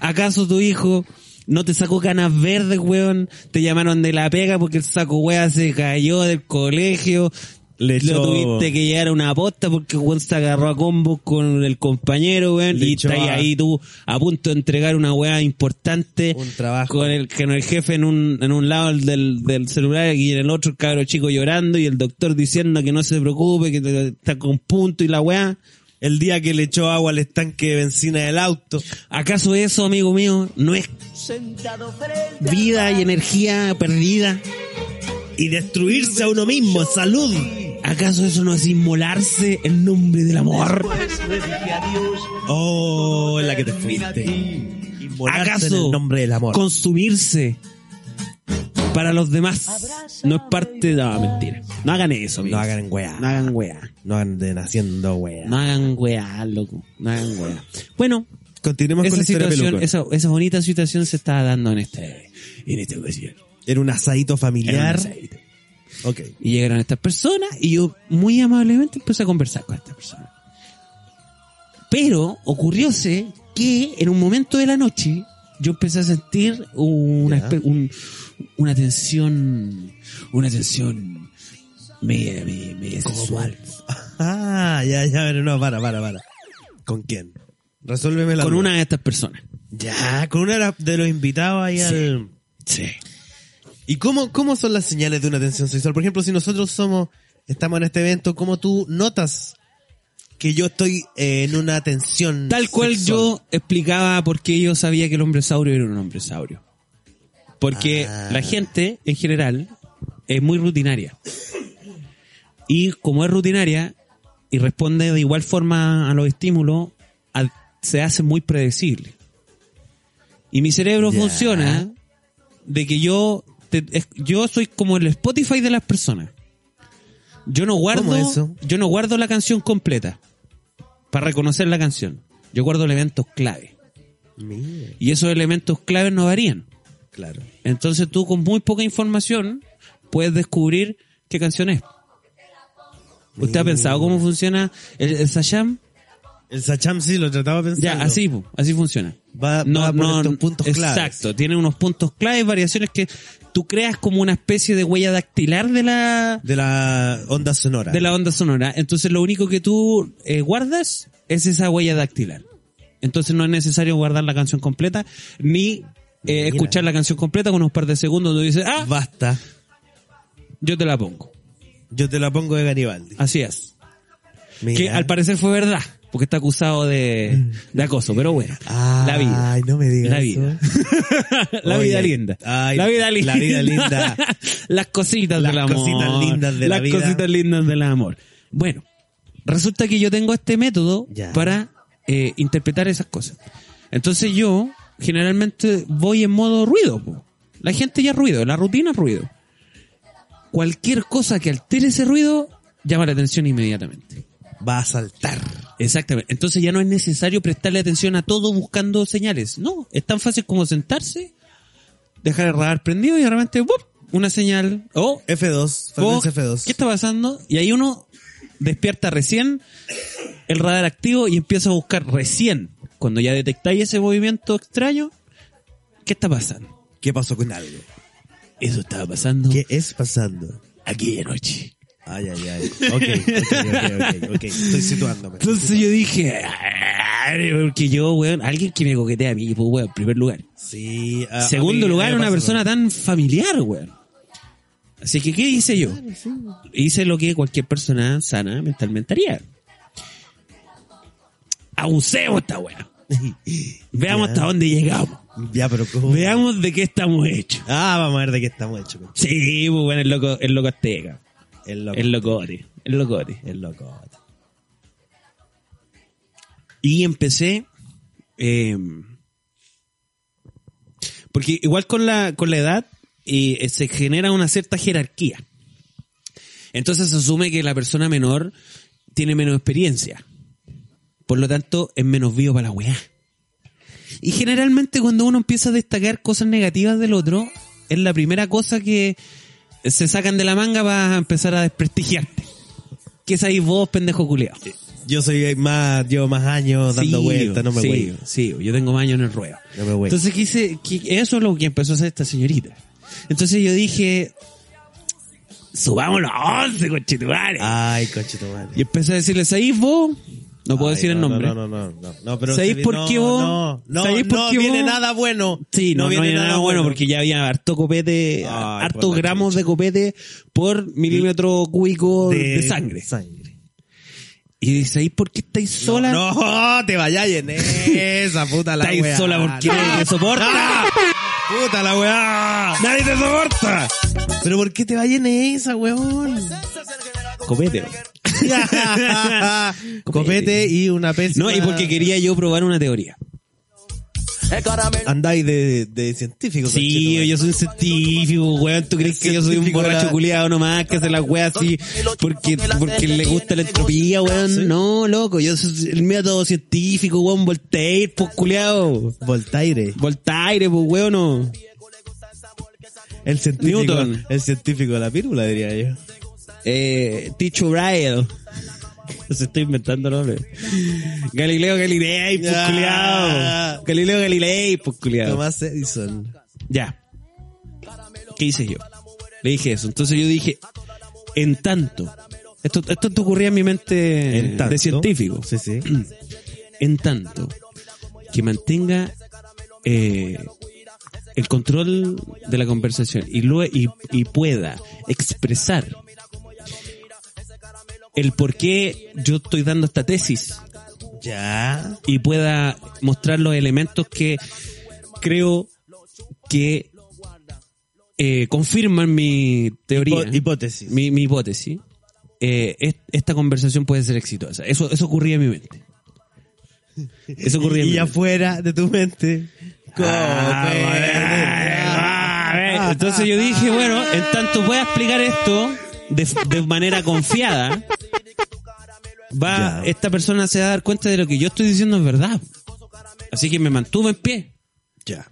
C: ¿Acaso tu hijo no te sacó canas verdes, weón? Te llamaron de la pega porque el saco weón se cayó del colegio.
D: Le
C: Lo
D: echó-
C: tuviste que llegar a una aposta porque weón se agarró a combos con el compañero, weón.
D: Le
C: y
D: echó
C: está ahí,
D: a-
C: ahí tú a punto de entregar una weá importante.
D: Un trabajo.
C: Con el, con el jefe en un, en un lado el del, del celular y en el otro el cabro chico llorando y el doctor diciendo que no se preocupe, que te- está con punto y la weá.
D: El día que le echó agua al estanque de benzina del auto.
C: ¿Acaso eso, amigo mío, no es vida y energía perdida?
D: Y destruirse a uno mismo, salud.
C: ¿Acaso eso no es inmolarse en nombre del amor?
D: Oh, en la que te fuiste. Inmolarse
C: ¿Acaso
D: en el nombre del amor.
C: consumirse para los demás no es parte de la mentira? No hagan eso, amigos.
D: No hagan weá.
C: No hagan weá.
D: No anden haciendo weá.
C: No hagan weá, loco. No hagan weá. Bueno,
D: Continuemos con
C: esa
D: la historia de
C: situación,
D: Pelucón.
C: esa, esa bonita situación se está dando en este, en este ocasión.
D: Era un
C: En
D: asadito
C: un
D: familiar.
C: aceite.
D: Ok.
C: Y llegaron estas personas y yo muy amablemente empecé a conversar con estas personas. Pero ocurrióse que en un momento de la noche yo empecé a sentir una,
D: Ya.
C: espe- un- una tensión, una tensión media, media, media sexual.
D: Ah, ya, ya, pero no, para, para, para. ¿Con quién? Resuélveme la
C: Con
D: duda.
C: una de estas personas.
D: Ya, con una de la- de los invitados ahí al...
C: Sí.
D: ¿Y cómo, cómo son las señales de una tensión sexual? Por ejemplo, si nosotros somos, estamos en este evento, ¿cómo tú notas que yo estoy eh, en una tensión
C: Tal cual
D: sexual?
C: yo explicaba por qué yo sabía que el hombre saurio era un hombre saurio. Porque la gente, en general, es muy rutinaria. Y como es rutinaria y responde de igual forma a los estímulos, a- se hace muy predecible. Y mi cerebro
D: Ya.
C: funciona de que yo, te- es- yo soy como el Spotify de las personas. Yo no guardo,
D: ¿Cómo eso?
C: yo no guardo la canción completa para reconocer la canción. Yo guardo elementos clave.
D: Mira,
C: Y esos elementos claves no varían.
D: claro.
C: Entonces tú con muy poca información puedes descubrir qué canción es. ¿Usted ha pensado cómo funciona el, el Sasham?
D: El Sacham sí lo trataba pensando.
C: Ya, así, po, así funciona.
D: Va- va por estos puntos claves.
C: Exacto, tiene unos puntos claves, variaciones que tú creas como una especie de huella dactilar de la,
D: De la onda sonora.
C: de la onda sonora. Entonces lo único que tú eh, guardas es esa huella dactilar. Entonces no es necesario guardar la canción completa ni eh, escuchar la canción completa con unos par de segundos donde dices, ah,
D: Basta.
C: yo te la pongo.
D: Yo te la pongo de Garibaldi.
C: Así es.
D: Mira.
C: Ah, Que al parecer fue verdad, porque está acusado de, de acoso, pero bueno.
D: Ah,
C: la vida.
D: Ay, no me digas
C: La
D: eso.
C: vida. la
D: Oye,
C: vida linda.
D: ay,
C: la vida linda.
D: la vida linda.
C: Las cositas
D: Las
C: del amor.
D: cositas lindas de la
C: Las
D: vida.
C: cositas lindas del amor. Bueno, resulta que yo tengo este método
D: Ya.
C: para eh, interpretar esas cosas. Entonces yo generalmente voy en modo ruido. po. La gente ya es ruido, la rutina es ruido. Cualquier cosa que altere ese ruido llama la atención inmediatamente.
D: Va a saltar.
C: Exactamente. Entonces ya no es necesario prestarle atención a todo buscando señales. No, es tan fácil como sentarse, dejar el radar prendido y de repente ¡bup! una señal. O,
D: F2.
C: o,
D: frecuencia F2.
C: ¿qué está pasando? Y ahí uno despierta recién el radar activo y empieza a buscar recién. Cuando ya detectáis ese movimiento extraño, ¿qué está pasando?
D: ¿Qué pasó con algo?
C: Eso estaba pasando
D: ¿Qué es pasando?
C: aquella noche.
D: Ay, ay, ay. Ok, ok, ok, ok. ok. Estoy situándome.
C: Entonces yo dije, "Ay", porque yo, weón, alguien que me coquetea a mí, pues, weón, en primer lugar.
D: Sí. ah, a- a
C: Segundo
D: mí- a
C: lugar,
D: mí me
C: una
D: pasa
C: persona tan familiar, weón. Así que, ¿qué hice yo? Hice lo que cualquier persona sana mentalmente haría. Abusemos esta weá. Veamos hasta dónde llegamos.
D: también. Ya, pero ¿cómo?
C: Veamos de qué estamos hechos.
D: Ah, vamos a ver de qué estamos hechos. pues.
C: Sí, pues bueno, el loco, el loco azteca.
D: El loco.
C: El locote. El locote.
D: El loco.
C: Y empecé. eh, porque igual con la, con la edad eh, eh, se genera una cierta jerarquía. Entonces se asume que la persona menor tiene menos experiencia. Por lo tanto, es menos vivo para la weá. Y generalmente cuando uno empieza a destacar cosas negativas del otro, es la primera cosa que se sacan de la manga para empezar a desprestigiarte. Que es ahí vos, pendejo culiao.
D: Yo soy más, llevo más años dando
C: Sí,
D: vueltas, no me
C: sí,
D: voy.
C: Sí, yo tengo más años en el ruedo.
D: No me huello.
C: Entonces quise, que- eso es lo que empezó a hacer esta señorita. Entonces yo dije, subámonos a 11, conchetumares.
D: Ay, conchito madre.
C: Y empecé a decirle, ¿sabéis vos? No puedo
D: Ay,
C: decir el
D: no,
C: nombre.
D: No, no, no, no, no, pero
C: ¿Sabéis
D: se-
C: por
D: no,
C: qué vos-
D: No, no,
C: ¿sabéis por
D: no
C: qué
D: viene
C: vos-
D: nada bueno.
C: Sí, no, no, había nada, bueno porque ya había harto copete,
D: Ay,
C: hartos
D: por la
C: gramos de copete por milímetro cúbico de, sangre.
D: Sangre.
C: Y dice, ¿sabéis por qué estáis sola?
D: No, te vayas en esa puta la
C: estáis
D: weá.
C: sola porque
D: No,
C: nadie te soporta.
D: puta la weá.
C: Nadie te soporta.
D: Pero ¿por qué te vayas en esa, weón?
C: Copete.
D: Copete y una pésima.
C: No, y porque quería yo probar una teoría.
D: Andáis de, de científico.
C: Sí,
D: conchetumare.
C: yo soy un científico, weón. ¿Tú crees que yo soy un
D: Científico
C: borracho
D: era-
C: culiado nomás que hace las weas así porque, porque le gusta la entropía, weón? No, loco, yo soy el método científico, weón. Voltaire, pues culiado.
D: Voltaire.
C: Voltaire, pues weón. no.
D: El científico.
C: Newton.
D: El científico de la pírula, diría yo.
C: Eh, Ticho Braille. Se estoy inventando nombres. Galileo Galilei, pues
D: Ya.
C: culiao. Galileo Galilei, pues culiao.
D: Tomás Edison.
C: Ya. ¿Qué hice yo? Le dije eso. Entonces yo dije, en tanto Esto, esto te ocurría en mi mente
D: En tanto.
C: Eh, de científico.
D: Sí, sí.
C: En tanto que mantenga eh, el control de la conversación y, lue- y, y pueda expresar el por qué yo estoy dando esta tesis
D: Ya.
C: y pueda mostrar los elementos que creo que eh, confirman mi teoría,
D: Hipo- hipótesis.
C: mi, mi hipótesis, eh, es- esta conversación puede ser exitosa. Eso, eso ocurría en mi mente. Eso ocurría en mi
D: y
C: mente.
D: afuera de tu mente.
C: Ah,
D: Cope.
C: ah, a ver. Entonces yo dije, bueno, en tanto voy a explicar esto de, de manera confiada, va,
D: Ya.
C: esta persona se va a dar cuenta de lo que yo estoy diciendo es verdad. Así que me mantuve en pie.
D: Ya.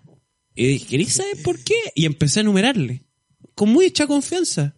C: Y dije, ¿queréis saber por qué? Y empecé a enumerarle. Con mucha confianza.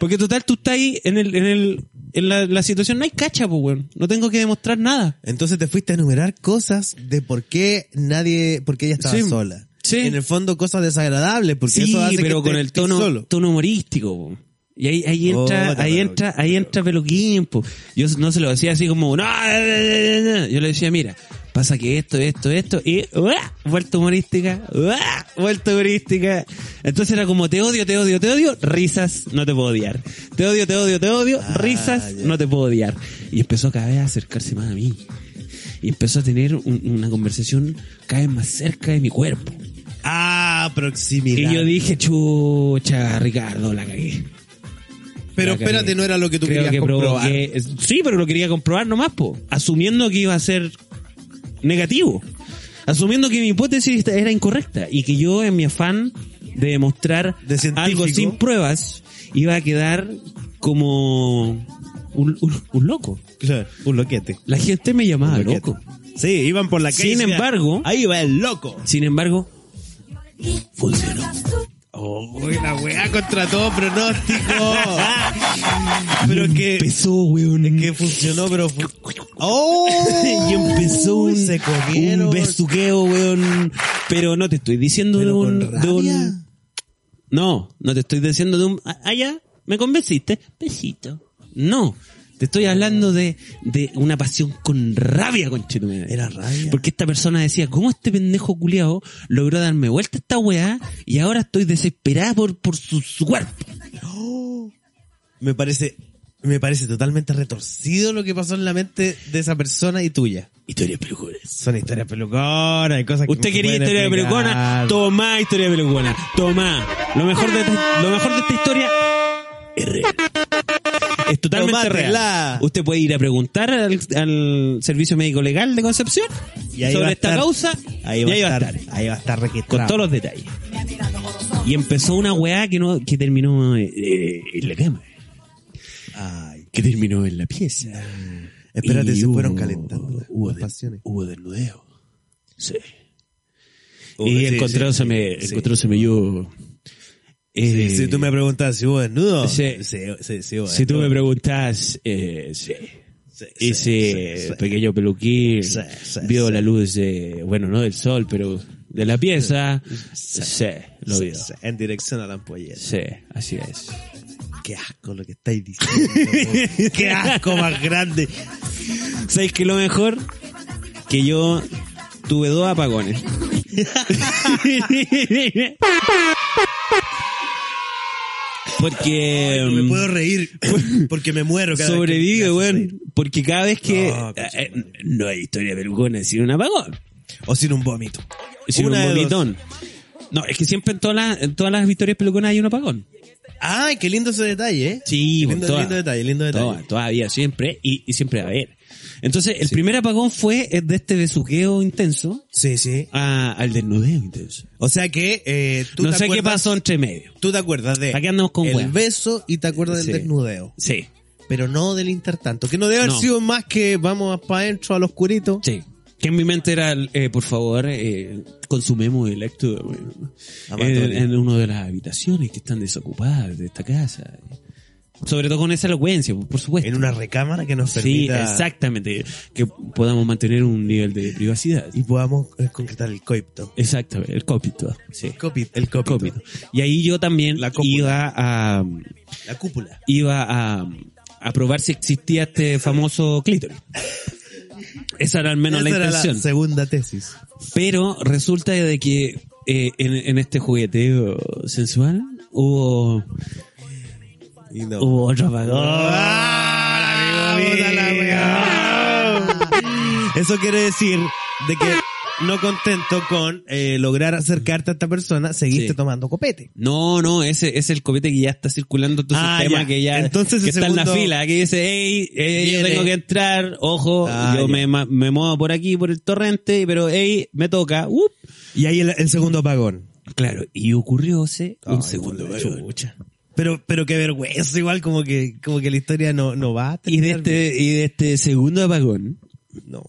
C: Porque total, tú estás ahí en el, en el, en la, la situación, no hay cacha, pues, weón. No tengo que demostrar nada.
D: Entonces te fuiste a enumerar cosas de por qué nadie, por qué ella estaba
C: Sí.
D: sola.
C: Sí.
D: En el fondo cosas desagradables, porque
C: Sí,
D: eso hace que
C: pero
D: te
C: con el
D: estés
C: tono,
D: solo. Oh,
C: tono humorístico. po. Y ahí, ahí entra,
D: Puta,
C: ahí
D: pero-
C: entra, ahí entra Peluquín, po. Yo no se lo decía así como, no, no, no, no, no". yo le decía, mira, pasa que esto, esto, esto, y ¡uah! vuelta humorística, ¡uah! vuelta humorística. Entonces era como, te odio, te odio, te odio, risas, no te puedo odiar. Te odio, te odio, te odio,
D: Ah,
C: risas, no te puedo odiar. Y empezó cada vez a acercarse más a mí. Y empezó a tener un- una conversación cada vez más cerca de mi cuerpo.
D: Ah, proximidad.
C: Y yo dije, chucha, Ricardo, la cagué.
D: pero
C: la cagué.
D: espérate, no era lo que tú
C: Creo
D: querías
C: que
D: comprobar.
C: provoqué- Sí, pero lo quería comprobar nomás, po. Asumiendo que iba a ser negativo. Asumiendo que mi hipótesis era incorrecta y que yo en mi afán de demostrar
D: De científico.
C: algo sin pruebas iba a quedar como un, un- un loco.
D: Claro, Ah, un loquete.
C: La gente me llamaba
D: Un loquete.
C: loco.
D: Sí, iban por la calle.
C: Sin
D: y decían,
C: embargo-
D: Ahí va el loco.
C: Sin embargo, funcionó.
D: Oh, la weá contra todo pronóstico. pero que,
C: Empezó, weón.
D: que Mm, funcionó, pero... fu- ¡Oh!
C: y empezó un,
D: Se comieron.
C: un besuqueo, weón. Pero no te estoy diciendo
D: Pero
C: de, un,
D: con
C: de un-
D: rabia.
C: No, no te estoy diciendo de un. "Ah, Ah, ya, me convenciste. Besito. No. Te estoy hablando de, de una pasión con rabia, conchetumera.
D: Era rabia.
C: Porque esta persona decía, ¿cómo este pendejo culiao logró darme vuelta esta weá y ahora estoy desesperada por, por su, su cuerpo?
D: me parece me parece totalmente retorcido lo que pasó en la mente de esa persona y tuya.
C: Historias pelucones.
D: Son historias peluconas y cosas que
C: Usted
D: no se
C: quería
D: pueden
C: historia de
D: explicar.
C: pelucona, tomá historia de pelucona, tomá. Lo mejor de, lo mejor de esta historia es real. Es totalmente
D: Tomátela.
C: real. Usted puede ir a preguntar al, al Servicio Médico Legal de Concepción
D: Y ahí va
C: sobre
D: a
C: esta
D: estar-
C: causa
D: ahí
C: y
D: va,
C: ahí
D: a estar, ahí va a estar
C: con
D: registrado.
C: todos los detalles. Y empezó una weá que no que terminó eh, eh, en la cama,
D: Ay,
C: que terminó en la pieza.
D: espérate,
C: Y
D: se
C: hubo-
D: fueron calentando
C: Hubo,
D: las
C: de-
D: pasiones.
C: hubo desnudeo. Sí.
D: Oh,
C: y
D: sí, sí,
C: encontrándoseme,
D: sí, sí.
C: encontrándoseme yo. eh,
D: Sí, si tú me preguntas si hubo desnudo,
C: Sí.
D: sí, sí hubo
C: si tú me
D: desnudo.
C: preguntas, eh, sí.
D: Sí, sí,
C: Ese
D: sí, sí.
C: pequeño peluquín
D: Sí, sí,
C: vio
D: sí.
C: la luz, de, bueno, no del sol, pero de la pieza. Sí,
D: Sí.
C: lo
D: Sí,
C: vio.
D: sí, en dirección a la ampollera.
C: Sí, así es.
D: Qué asco lo que estáis diciendo. Qué asco más grande.
C: ¿Sabes que lo mejor? Que yo tuve dos apagones. Porque
D: No me
C: mm,
D: puedo reír porque me muero cada vez que-
C: sobrevive, weón. Porque cada vez que...
D: No,
C: eh, eh, No, hay historia pelucona sin un apagón.
D: O sin un vómito.
C: Sin
D: Una
C: un
D: de dos.
C: vomitón. No, es que siempre en todas las, en todas las victorias peluconas hay un apagón.
D: Ay, qué lindo ese detalle, ¿eh?
C: Sí,
D: Qué
C: pues,
D: lindo,
C: toda-
D: lindo detalle, lindo detalle.
C: toda- todavía, siempre, y, y siempre va a haber. Entonces, el primer apagón fue eh, de este besuqueo intenso
D: Sí, sí.
C: a- Ah, al desnudeo intenso.
D: O sea que eh, tú
C: No
D: te
C: sé qué
D: acuerdas-
C: pasó entre medio.
D: Tú te acuerdas de
C: ¿Para qué andamos con
D: el
C: weas?
D: beso y te acuerdas
C: Sí.
D: del desnudeo,
C: Sí,
D: pero no del intertanto, que no debe haber
C: No.
D: sido más que vamos para adentro al oscurito.
C: sí. Que en mi mente era, eh, por favor, eh, consumemos el acto bueno, en,
D: Amatorio.
C: en una de las habitaciones que están desocupadas de esta casa. Sobre todo con esa elocuencia, por supuesto.
D: En una recámara que nos
C: Sí,
D: permita
C: exactamente. Que podamos mantener un nivel de privacidad.
D: y podamos eh, concretar el coipto.
C: Exacto, el cópito. Sí.
D: El copito, el cópito.
C: Cópito. Y ahí yo también
D: La cópula.
C: iba a
D: La cúpula.
C: iba a, a probar si existía este famoso clítoris. Esa era al menos
D: Esa
C: la
D: era
C: intención.
D: segunda tesis.
C: Pero resulta de que eh, en, en este jugueteo sensual hubo,
D: Y no.
C: hubo otro vagón.
D: ¡Ah, la puta la weá! Eso quiere decir de que no contento con eh, lograr acercarte a esta persona, seguiste
C: Sí.
D: tomando copete.
C: No, no, ese es el copete que ya está circulando todo
D: Ah,
C: sistema
D: ya.
C: que ya
D: Entonces,
C: que
D: el
C: está en la
D: segundo-
C: fila, que dice, hey, yo
D: Viene.
C: tengo que entrar, ojo,
D: Ah,
C: yo
D: ya.
C: me, ma- me muevo por aquí, por el torrente, pero hey, me toca, ¡up!
D: Y ahí el, el segundo apagón.
C: Claro, y ocurrióse un
D: Ay,
C: segundo
D: por la
C: vagón.
D: Pero, pero qué vergüenza, igual como que, como que la historia no, no va. a
C: Y de
D: terminar
C: este, y de este segundo apagón,
D: bien. No.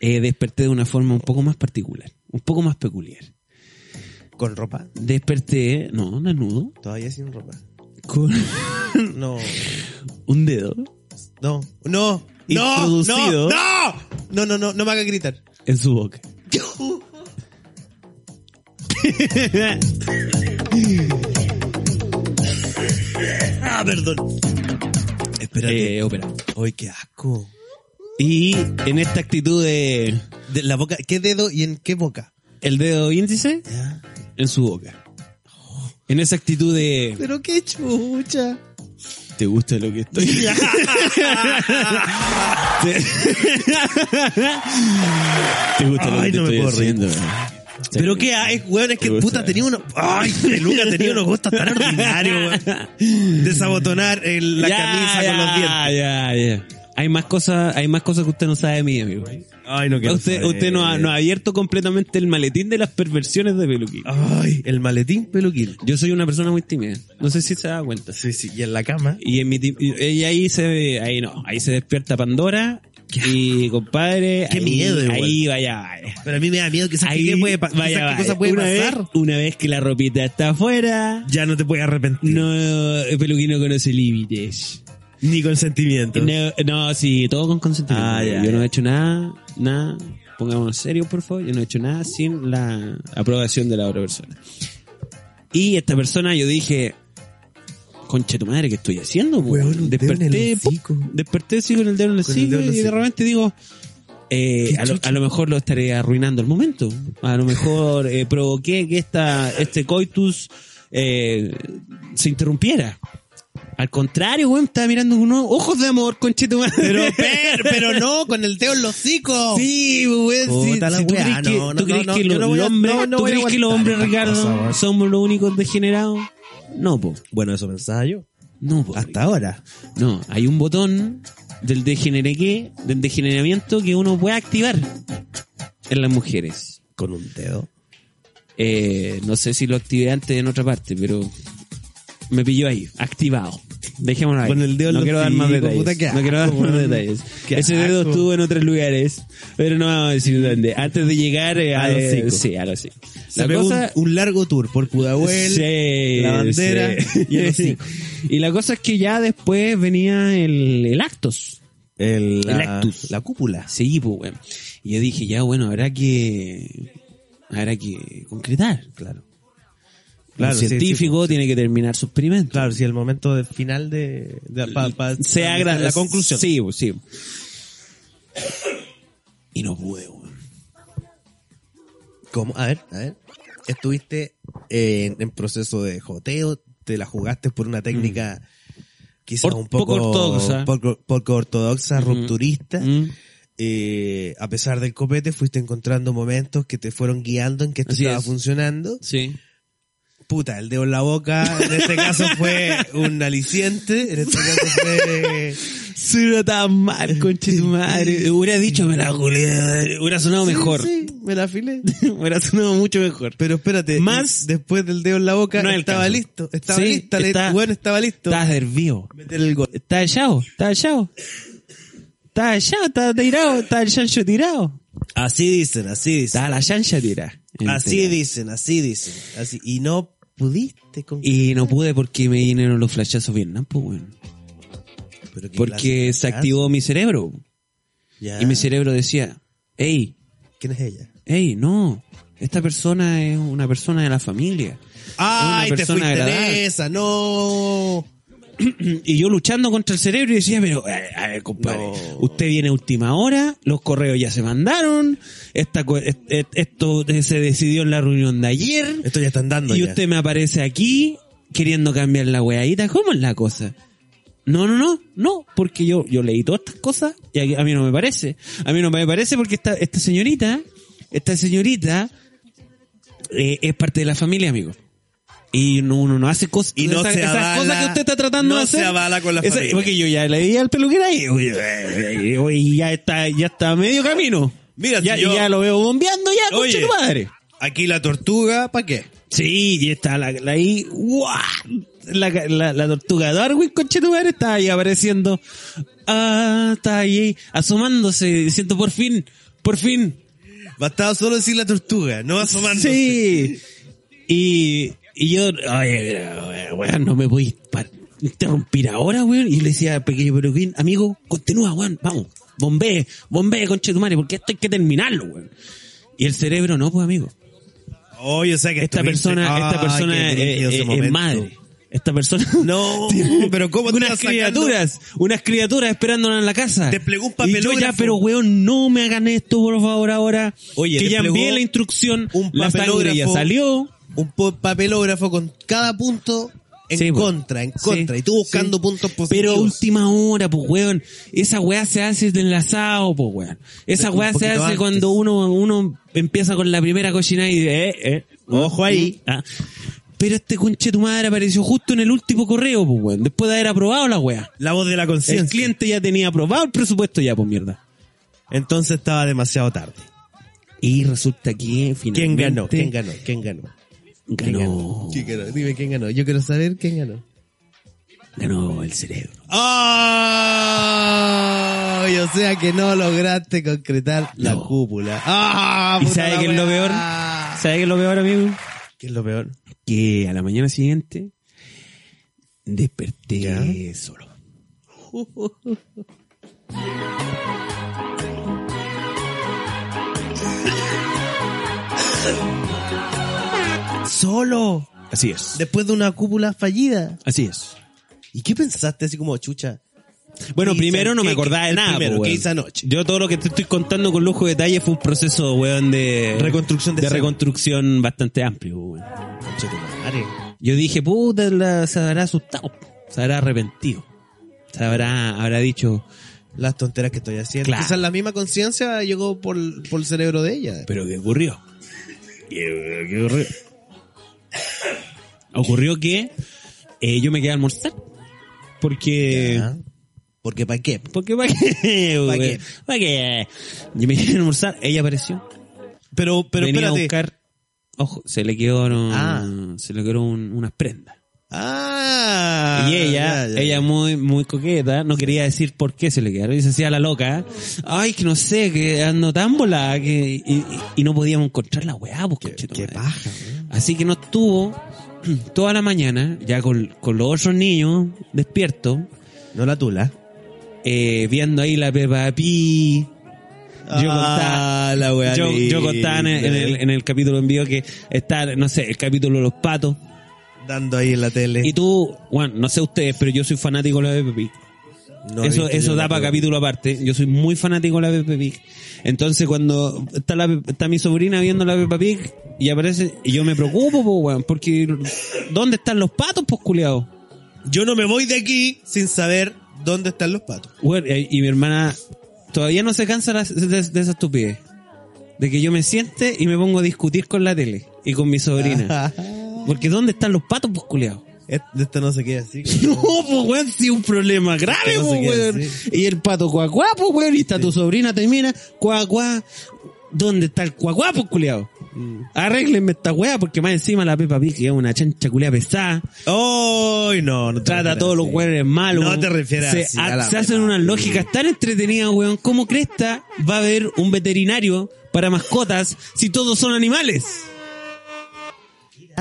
C: eh, desperté de una forma un poco más particular, un poco más peculiar.
D: ¿Con ropa?
C: Desperté, no, desnudo,
D: Todavía sin ropa.
C: con
D: No.
C: un dedo
D: No. No. No.
C: Introducido.
D: No. No. No, no, no. No me hagas gritar.
C: en su boca.
D: Ah, perdón. Espérate.
C: Eh, ópera.
D: Ay, qué asco.
C: Y en esta actitud de
D: De la boca. ¿Qué dedo y en qué boca?
C: el dedo índice
D: Ya.
C: en su boca. En esa actitud de
D: Pero qué chucha.
C: ¿te gusta lo que estoy? ¿Te, ¿Te gusta lo que
D: Ay,
C: te estoy
D: no me puedo reír.
C: haciendo?
D: Pero qué es, weón, es que
C: Me gusta.
D: puta tenía uno. Ay, peluca tenía unos gustos tan ordinarios, weón. Desabotonar el- la
C: Ya,
D: camisa
C: ya,
D: con los dientes.
C: Ya, ya. Hay más cosas, hay más cosas que usted no sabe de mí, amigo.
D: Ay, no quiero
C: Usted,
D: saber.
C: usted no, ha, no ha abierto completamente el maletín de las perversiones de Peluquín.
D: Ay, el maletín peluquín.
C: Yo soy una persona muy tímida. No sé si se da cuenta.
D: Sí, sí, y en la cama.
C: Y en mi tim- y y ahí se ve- ahí no, ahí se despierta Pandora y compadre,
D: Qué
C: ahí,
D: miedo, igual.
C: ahí vaya, vaya.
D: Pero a mí me da miedo que
C: Ahí
D: qué puede, pa-
C: vaya,
D: quizás
C: vaya.
D: qué cosa puede
C: una
D: pasar.
C: Vez, una vez que la ropita está afuera,
D: Ya no te puedes arrepentir.
C: no Peluquín no conoce límites.
D: Ni consentimiento.
C: No, no, sí, todo con consentimiento.
D: Ah, ya,
C: yo no
D: ya.
C: he hecho nada, nada. Pongámonos serios, por favor. Yo no he hecho nada sin la aprobación de la otra persona. Y esta persona, yo dije, concha tu madre, ¿qué estoy haciendo? po?"
D: Weón, un dedo en el
C: desperté, pop,
D: hocico.
C: desperté así con el dedo en el
D: Con el
C: hocico
D: dedo en el
C: y de
D: hocico.
C: repente digo, eh,
D: Qué
C: a, lo,
D: chucha.
C: a lo mejor lo estaré arruinando el momento. A lo mejor eh, provoqué que esta, este coitus eh, se interrumpiera. Al contrario, weón, estaba mirando con unos ojos de amor, conchito madre.
D: Pero, per- pero no, con el dedo en los hocicos.
C: Sí, weón, sí.
D: Puta la
C: sí, ¿Tú
D: weá,
C: crees que,
D: no, no,
C: tú crees
D: no,
C: que
D: no, yo
C: los
D: no voy a-
C: hombres,
D: no, no
C: tú
D: voy a
C: crees que los
D: aguantar
C: hombres,
D: esta
C: Ricardo,
D: cosa, weón.
C: somos los únicos degenerados? No, po.
D: Bueno, eso pensaba yo.
C: No, po.
D: Hasta ahora.
C: No, hay un botón del degenereque, del degeneramiento que uno puede activar en las mujeres.
D: Con un dedo.
C: Eh, no sé si lo activé antes en otra parte, pero me pilló ahí, activado. Dejémoslo ahí.
D: Con el dedo en
C: no
D: los
C: quiero dar más
D: hijos,
C: detalles.
D: puta, qué
C: no quiero dar
D: asco,
C: más
D: weón.
C: detalles.
D: Qué
C: Ese dedo
D: asco.
C: estuvo en otros lugares, pero no vamos a decir dónde. Antes de llegar eh,
D: A los
C: eh,
D: cinco.
C: Sí, a los cinco.
D: Se pegó un- un, largo tour por Pudahuel.
C: Sí,
D: la bandera y el hocico.
C: Y la cosa es que ya después venía el, el Actos.
D: El,
C: El
D: la,
C: actus.
D: la cúpula.
C: Sí, pues, weón. Y yo dije, ya, bueno, habrá que. Habrá que concretar. Claro.
D: Claro,
C: Un
D: sí,
C: científico tiene que terminar sus experimentos.
D: Claro, si el momento de- final de... de pa- pa-
C: sea
D: la,
C: agradable.
D: la conclusión.
C: Sí, pues, sí. Y no pude, weón.
D: ¿Cómo? A ver, a ver. Estuviste eh, en, en proceso de joteo, te la jugaste por una técnica quizás
C: Or-
D: un Mm. poco,
C: poco ortodoxa.
D: Poco, poco ortodoxa, rupturista.
C: Mm.
D: Eh, a pesar del copete, fuiste encontrando momentos que te fueron guiando en que esto
C: Así
D: estaba
C: es.
D: funcionando.
C: Sí.
D: Puta, el dedo en la boca, en este caso fue un aliciente, en este caso fue...
C: Se lo tan mal, conche tu madre. Hubiera dicho, me la culé. Hubiera sonado mejor.
D: Sí, sí, me la afilé.
C: Hubiera sonado mucho mejor.
D: Pero espérate,
C: Más-
D: y después del dedo en la boca,
C: No es el
D: estaba
C: caso.
D: listo, estaba
C: Sí,
D: lista, le-
C: está-
D: bueno, estaba listo.
C: Estás hervido.
D: Meter el gol.
C: Está hallado, está hallado. Está hallado, está tirado, está el chancho tirado.
D: Así dicen, así dicen.
C: Está la chancha tirada.
D: Así dicen, así dicen. Así. Y no pudiste con...
C: Y no pude porque me vinieron los flashazos Vietnam, pues, weón.
D: Pero qué clase
C: Porque
D: de Ah.
C: se
D: caso.
C: activó mi cerebro.
D: Ya.
C: Y mi cerebro decía, hey,
D: ¿Quién es ella?
C: hey, no, esta persona es una persona de la familia.
D: ¡Ay, te
C: persona
D: fuiste
C: agradable.
D: de esa! ¡No!
C: y yo luchando contra el cerebro y decía, pero, a ver, a ver, compadre, usted viene a última hora, los correos ya se mandaron, esta, cu- est- est- esto se decidió en la reunión de ayer,
D: Esto ya está andando.
C: y
D: ya.
C: usted me aparece aquí queriendo cambiar la weadita. ¿Cómo es la cosa? No, no, no, no, porque yo, yo leí todas estas cosas y a, a mí no me parece. A mí no me parece porque esta, esta señorita, esta señorita eh, es parte de la familia, amigo. Y no- uno no hace cosas,
D: Y no
C: esas,
D: se
C: esas
D: avala-
C: cosas que usted está tratando
D: no
C: de hacer.
D: se avala con la
C: Esa-
D: familia.
C: Porque yo ya leí al peluquero ahí, oye, oye, oye, ya está, ya está a medio camino.
D: Mira, si
C: ya,
D: yo-
C: ya lo veo bombeando ya, concha
D: Oye.
C: tu madre.
D: Aquí la tortuga, ¿para qué?
C: Sí, y está la, la ahí, ¡guau! La, la, la tortuga Darwin, conchetumare, está ahí apareciendo. Ah, está ahí, asomándose, diciendo por fin, por fin.
D: Bastaba solo decir la tortuga, no asomándose.
C: Sí. Y, y yo, oye, weón, no me voy a interrumpir ahora, weón. Y le decía al pequeño peluquín, amigo, continúa, weón, vamos, bombee, bombee, conchetumare, porque esto hay que terminarlo, weón. Y el cerebro no, pues amigo.
D: Oye, o sea Oh, que
C: esta
D: estuviste-
C: persona,
D: Ay,
C: esta persona es,
D: qué bonito ese
C: es- es
D: momento.
C: madre. Esta persona.
D: No, pero ¿cómo te
C: unas
D: estás sacando?
C: criaturas, unas criaturas esperándonos en la casa.
D: Te plegó un
C: Y yo ya,
D: papelógrafo.
C: pero weón, no me hagan esto, por favor, ahora.
D: Oye,
C: que
D: te
C: ya
D: plegó
C: envié la instrucción,
D: un
C: la sangre ya
D: papelógrafo.
C: salió.
D: Un po- papelógrafo con cada punto en
C: Sí, po.
D: contra, en contra.
C: Sí,
D: y tú buscando
C: sí.
D: puntos positivos.
C: Pero a última hora, pues weón. Esa weá se hace del enlazado, pues weón. Esa
D: Un
C: weá se
D: poquito
C: hace
D: antes.
C: cuando uno, uno empieza con la primera cochina y dice, eh, eh, ojo ahí. Ah. Pero este conche tu madre apareció justo en el último correo, pues weón. Después de haber aprobado la weá.
D: La voz de la
C: El
D: conciencia.
C: cliente ya tenía aprobado el presupuesto ya, pues mierda.
D: Entonces estaba demasiado tarde.
C: Y resulta que finalmente...
D: ¿Quién ganó? ¿Quién ganó? ¿Quién ganó? ¿Quién
C: Ganó,
D: ¿Quién ganó? Dime quién ganó. Yo quiero saber quién ganó.
C: ganó el cerebro.
D: Ah, ¡Ay! o sea que no lograste concretar la
C: No.
D: cúpula. ¡Ah!
C: ¿Y
D: puta
C: sabe
D: la
C: qué es lo
D: weá!
C: peor? ¿Sabes qué es lo peor, amigo?
D: ¿Qué es lo peor?
C: que a la mañana siguiente desperté
D: Ya.
C: solo.
D: Solo.
C: Así es.
D: Después de una cúpula fallida.
C: Así es.
D: ¿Y qué pensaste así como chucha?
C: Bueno,
D: ¿Qué hice?
C: primero no
D: ¿Qué-
C: me acordaba de
D: qué-
C: nada.
D: primero,
C: po,
D: qué
C: weón.
D: hice anoche?
C: Yo todo lo que te estoy contando con lujo de detalle fue un proceso, weón, de...
D: Reconstrucción de
C: de
D: escena.
C: reconstrucción bastante amplio, po, weón.
D: Conchetumare.
C: Yo dije, puta, la- se habrá asustado, se habrá arrepentido, se habrá, habrá dicho,
D: Las tonteras que estoy haciendo.
C: Claro.
D: Quizás la misma conciencia llegó por, por el cerebro de ella.
C: pero ¿qué ocurrió? ¿Qué, qué ocurrió? ocurrió que eh, yo me quedé a almorzar, porque...
D: Ya. Eh, Porque ¿para qué?
C: Porque ¿para qué?
D: ¿Pa'
C: ¿Para
D: qué?
C: qué? ¿Para qué? Yo me quedé a almorzar, ella apareció.
D: Pero, pero
C: venía
D: espérate.
C: a buscar. Ojo, se le quedaron,
D: Ah.
C: se le quedaron un- unas prendas.
D: Ah.
C: y ella,
D: ya, ya,
C: ella
D: ya.
C: muy, muy coqueta, no quería decir por qué se le quedaron. Y se hacía la loca. Ay, que no sé, que ando tan volada que, y, y- y no podíamos encontrar la weá, pues, conchetumadre.
D: Qué paja, weón.
C: Así que no estuvo toda la mañana, ya con, con los otros niños despiertos,
D: No la tula.
C: eh, viendo ahí la Peppa Pig. Yo
D: Ah,
C: contaba,
D: la wea
C: yo, yo
D: linda.
C: contaba en el, en el- en el capítulo envío que está, no sé, el capítulo de los patos.
D: Dando ahí en la tele.
C: Y tú, bueno, no sé ustedes, pero yo soy fanático de la Peppa Pig.
D: No he
C: eso
D: visto
C: eso
D: yo
C: da
D: la
C: para
D: tele.
C: capítulo aparte. Yo soy muy fanático de la Peppa Pig. Entonces cuando está, la, Pe- está mi sobrina viendo la Peppa Pig y aparece, y yo me preocupo, po, weón, porque ¿dónde están los patos, pues, culiados?
D: Yo no me voy de aquí sin saber dónde están los patos.
C: Bueno, eh, y mi hermana todavía no se cansa las- de, de esa estupidez. De que yo me siente y me pongo a discutir con la tele y con mi sobrina. Porque ¿dónde están los patos, pues, culiados?
D: Et- Esto no se queda así.
C: No, pues, weón, sí, un problema grave,
D: Esto no se
C: pues,
D: queda
C: weón.
D: así.
C: Y el pato cuacuá, pues, weón, y está tu sobrina, termina, cuacuá. ¿Dónde está el cuacuá, pues, culiao? Arréglenme esta weá, porque más encima la Pepa Pig es una chancha culia pesada.
D: ¡Ay, no! no te
C: Trata a
D: refieras
C: todos los
D: así.
C: weones malos.
D: No te refieras
C: Se,
D: así.
C: a-
D: a la
C: se hacen
D: verdad.
C: unas lógicas tan entretenidas, weón. ¿Cómo cresta va a haber un veterinario para mascotas si todos son animales?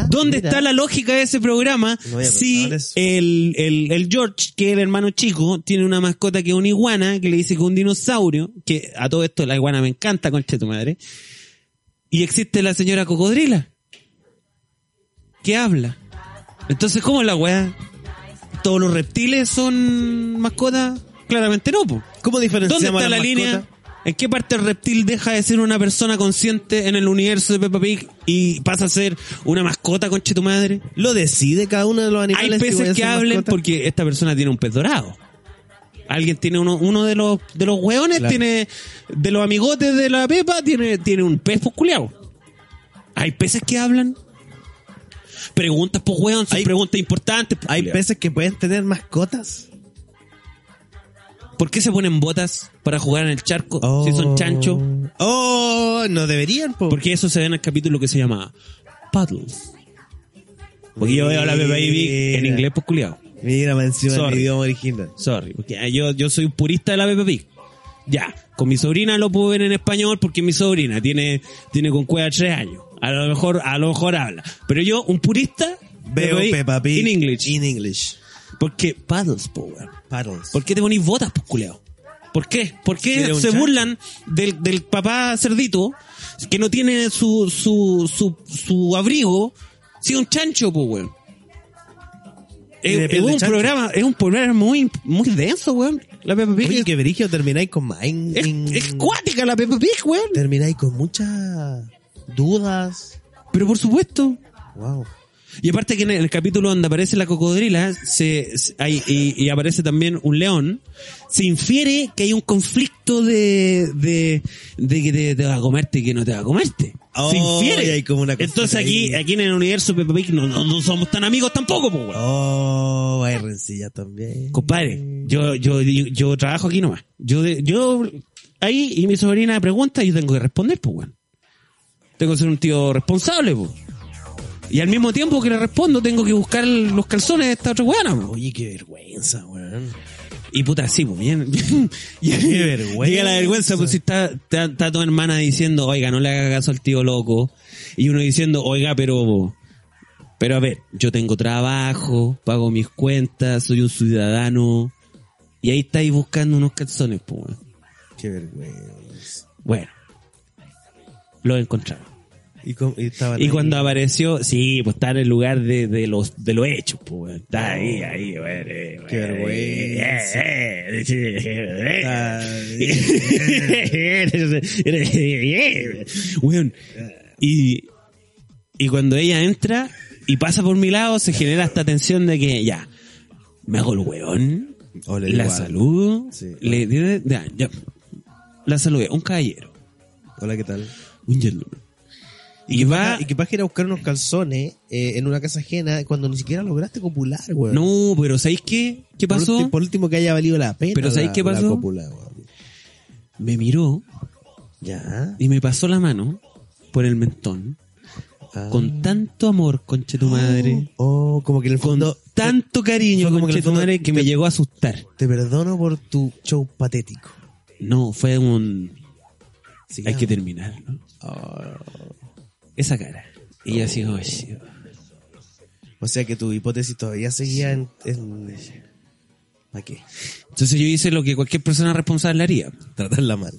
C: ¿Dónde
D: mira.
C: está la lógica de ese programa
D: No había
C: si
D: pensado en eso.
C: el, el, el George, que es el hermano chico, tiene una mascota que es una iguana, que le dice que es un dinosaurio, que a todo esto la iguana me encanta, concha de tu madre, y existe la señora cocodrila, que habla. Entonces, ¿cómo es la weá? todos los reptiles son mascotas? Claramente no, po.
D: ¿Cómo diferenciamos
C: ¿Dónde está
D: a
C: la
D: las
C: línea?
D: mascotas?
C: ¿En qué parte el reptil deja de ser una persona consciente en el universo de Peppa Pig y pasa a ser una mascota, conche tu madre?
D: ¿Lo decide cada uno de los animales?
C: Hay
D: voy a
C: peces que
D: ser
C: hablen
D: mascota?
C: porque esta persona tiene un pez dorado. Alguien tiene uno, uno de los de los hueones,
D: Claro.
C: tiene de los amigotes de la Pepa, tiene, tiene un pez posculeado. Hay peces que hablan. Preguntas por hueón, son
D: Hay-
C: preguntas importantes. po,
D: ¿Hay
C: culiao.
D: peces que pueden tener mascotas?
C: ¿Por qué se ponen botas para jugar en el charco
D: Oh.
C: si son chancho?
D: Oh, no deberían, po.
C: Porque eso se ve en el capítulo que se llama Paddles. Porque yo veo a la Peppa Pig en
D: Mira.
C: inglés pues, posculeado.
D: Mira, más encima
C: Sorry.
D: el idioma original.
C: Sorry, porque ah, yo, yo soy un purista de la Peppa Pig. Ya, con mi sobrina lo puedo ver en español porque mi sobrina tiene, tiene con cueva tres años. A lo mejor, a lo mejor habla. Pero yo, un purista,
D: Veo Peppa Pig.
C: in English.
D: In English.
C: Porque paddles, po, weón.
D: Paddles.
C: ¿Por qué te ponís botas, pues, culeado? ¿Por qué? ¿Por qué
D: ¿Sería un
C: se
D: chancho?
C: burlan del, del papá cerdito que no tiene su, su, su, su abrigo? Si es un chancho, pues, weón.
D: Y
C: Es,
D: de
C: es
D: piel de
C: un
D: chancho.
C: programa, es un programa muy, muy denso, weón. La Peppa Pig
D: Oye,
C: es-
D: que verigio termináis con más.
C: es, es cuática la Peppa Pig, weón.
D: Termináis con muchas dudas.
C: Pero por supuesto.
D: Wow.
C: Y aparte que en el capítulo donde aparece la cocodrila se, se- hay- y, y aparece también un león, se infiere que hay un conflicto de, de, de que te, te va a comerte y que no te va a comerte.
D: Oh,
C: se infiere.
D: y hay como una cosa
C: Entonces aquí,
D: ahí.
C: aquí en el universo Peppa Pig no, no- no somos tan amigos tampoco, pues, weón.
D: Oh, hay rencilla también.
C: Compadre, yo, yo, yo, yo trabajo aquí nomás. Yo, de- yo, ahí, y mi sobrina pregunta, y yo tengo que responder, pues, weón. Tengo que ser un tío responsable, pues. Y al mismo tiempo que le respondo, tengo que buscar el- los calzones de esta otra weana, po.
D: Oye, qué vergüenza, weón.
C: Y puta, sí, pues, bien. bien.
D: Qué vergüenza.
C: Llega la vergüenza, pues, si está, está, está tu hermana diciendo, oiga, no le haga caso al tío loco. Y uno diciendo, oiga, pero, pero a ver, yo tengo trabajo, pago mis cuentas, soy un ciudadano. Y ahí estáis buscando unos calzones, pues, weón.
D: Qué vergüenza.
C: Bueno, lo encontramos.
D: Y, com- y estaban
C: Y
D: ahí.
C: cuando apareció, sí, pues está en el lugar de, de los de los hechos, pues, weón. Está ahí, ahí, weón. eh,
D: Qué
C: weón,
D: vergüenza.
C: eh, eh, eh,
D: Ah,
C: eh. Weón. Y, y cuando ella entra y pasa por mi lado, se genera esta tensión de que ya, me hago el weón,
D: O le digo
C: la
D: algo.
C: saludo,
D: Sí.
C: le ya, ya. la saludé, un caballero,
D: Hola, ¿qué tal?
C: un gentleman. Y va,
D: Ah, y que vas a ir a buscar unos calzones eh, en una casa ajena cuando ni siquiera lograste copular, weón.
C: No, pero ¿sabéis qué? ¿Qué
D: Por
C: pasó?
D: ulti- Por, último, que haya valido la pena.
C: Pero ¿sabéis
D: la-
C: qué
D: la
C: pasó?
D: cópula, weón.
C: Me miró
D: Ya.
C: y me pasó la mano por el mentón
D: Ah.
C: con tanto amor, conche tu madre.
D: Oh, como que en el
C: Con
D: fondo.
C: tanto cariño,
D: fue como que en
C: conche
D: el
C: tu
D: fondo
C: madre, que me
D: te-
C: llegó a asustar.
D: Te perdono por tu show patético.
C: No, fue un... Hay
D: Sigamos.
C: que terminarlo. Oh. Esa cara. Y así, oye,
D: O sea que tu hipótesis todavía seguía en. ¿Para qué?
C: Entonces yo hice lo que cualquier persona responsable haría.
D: Tratarla mal.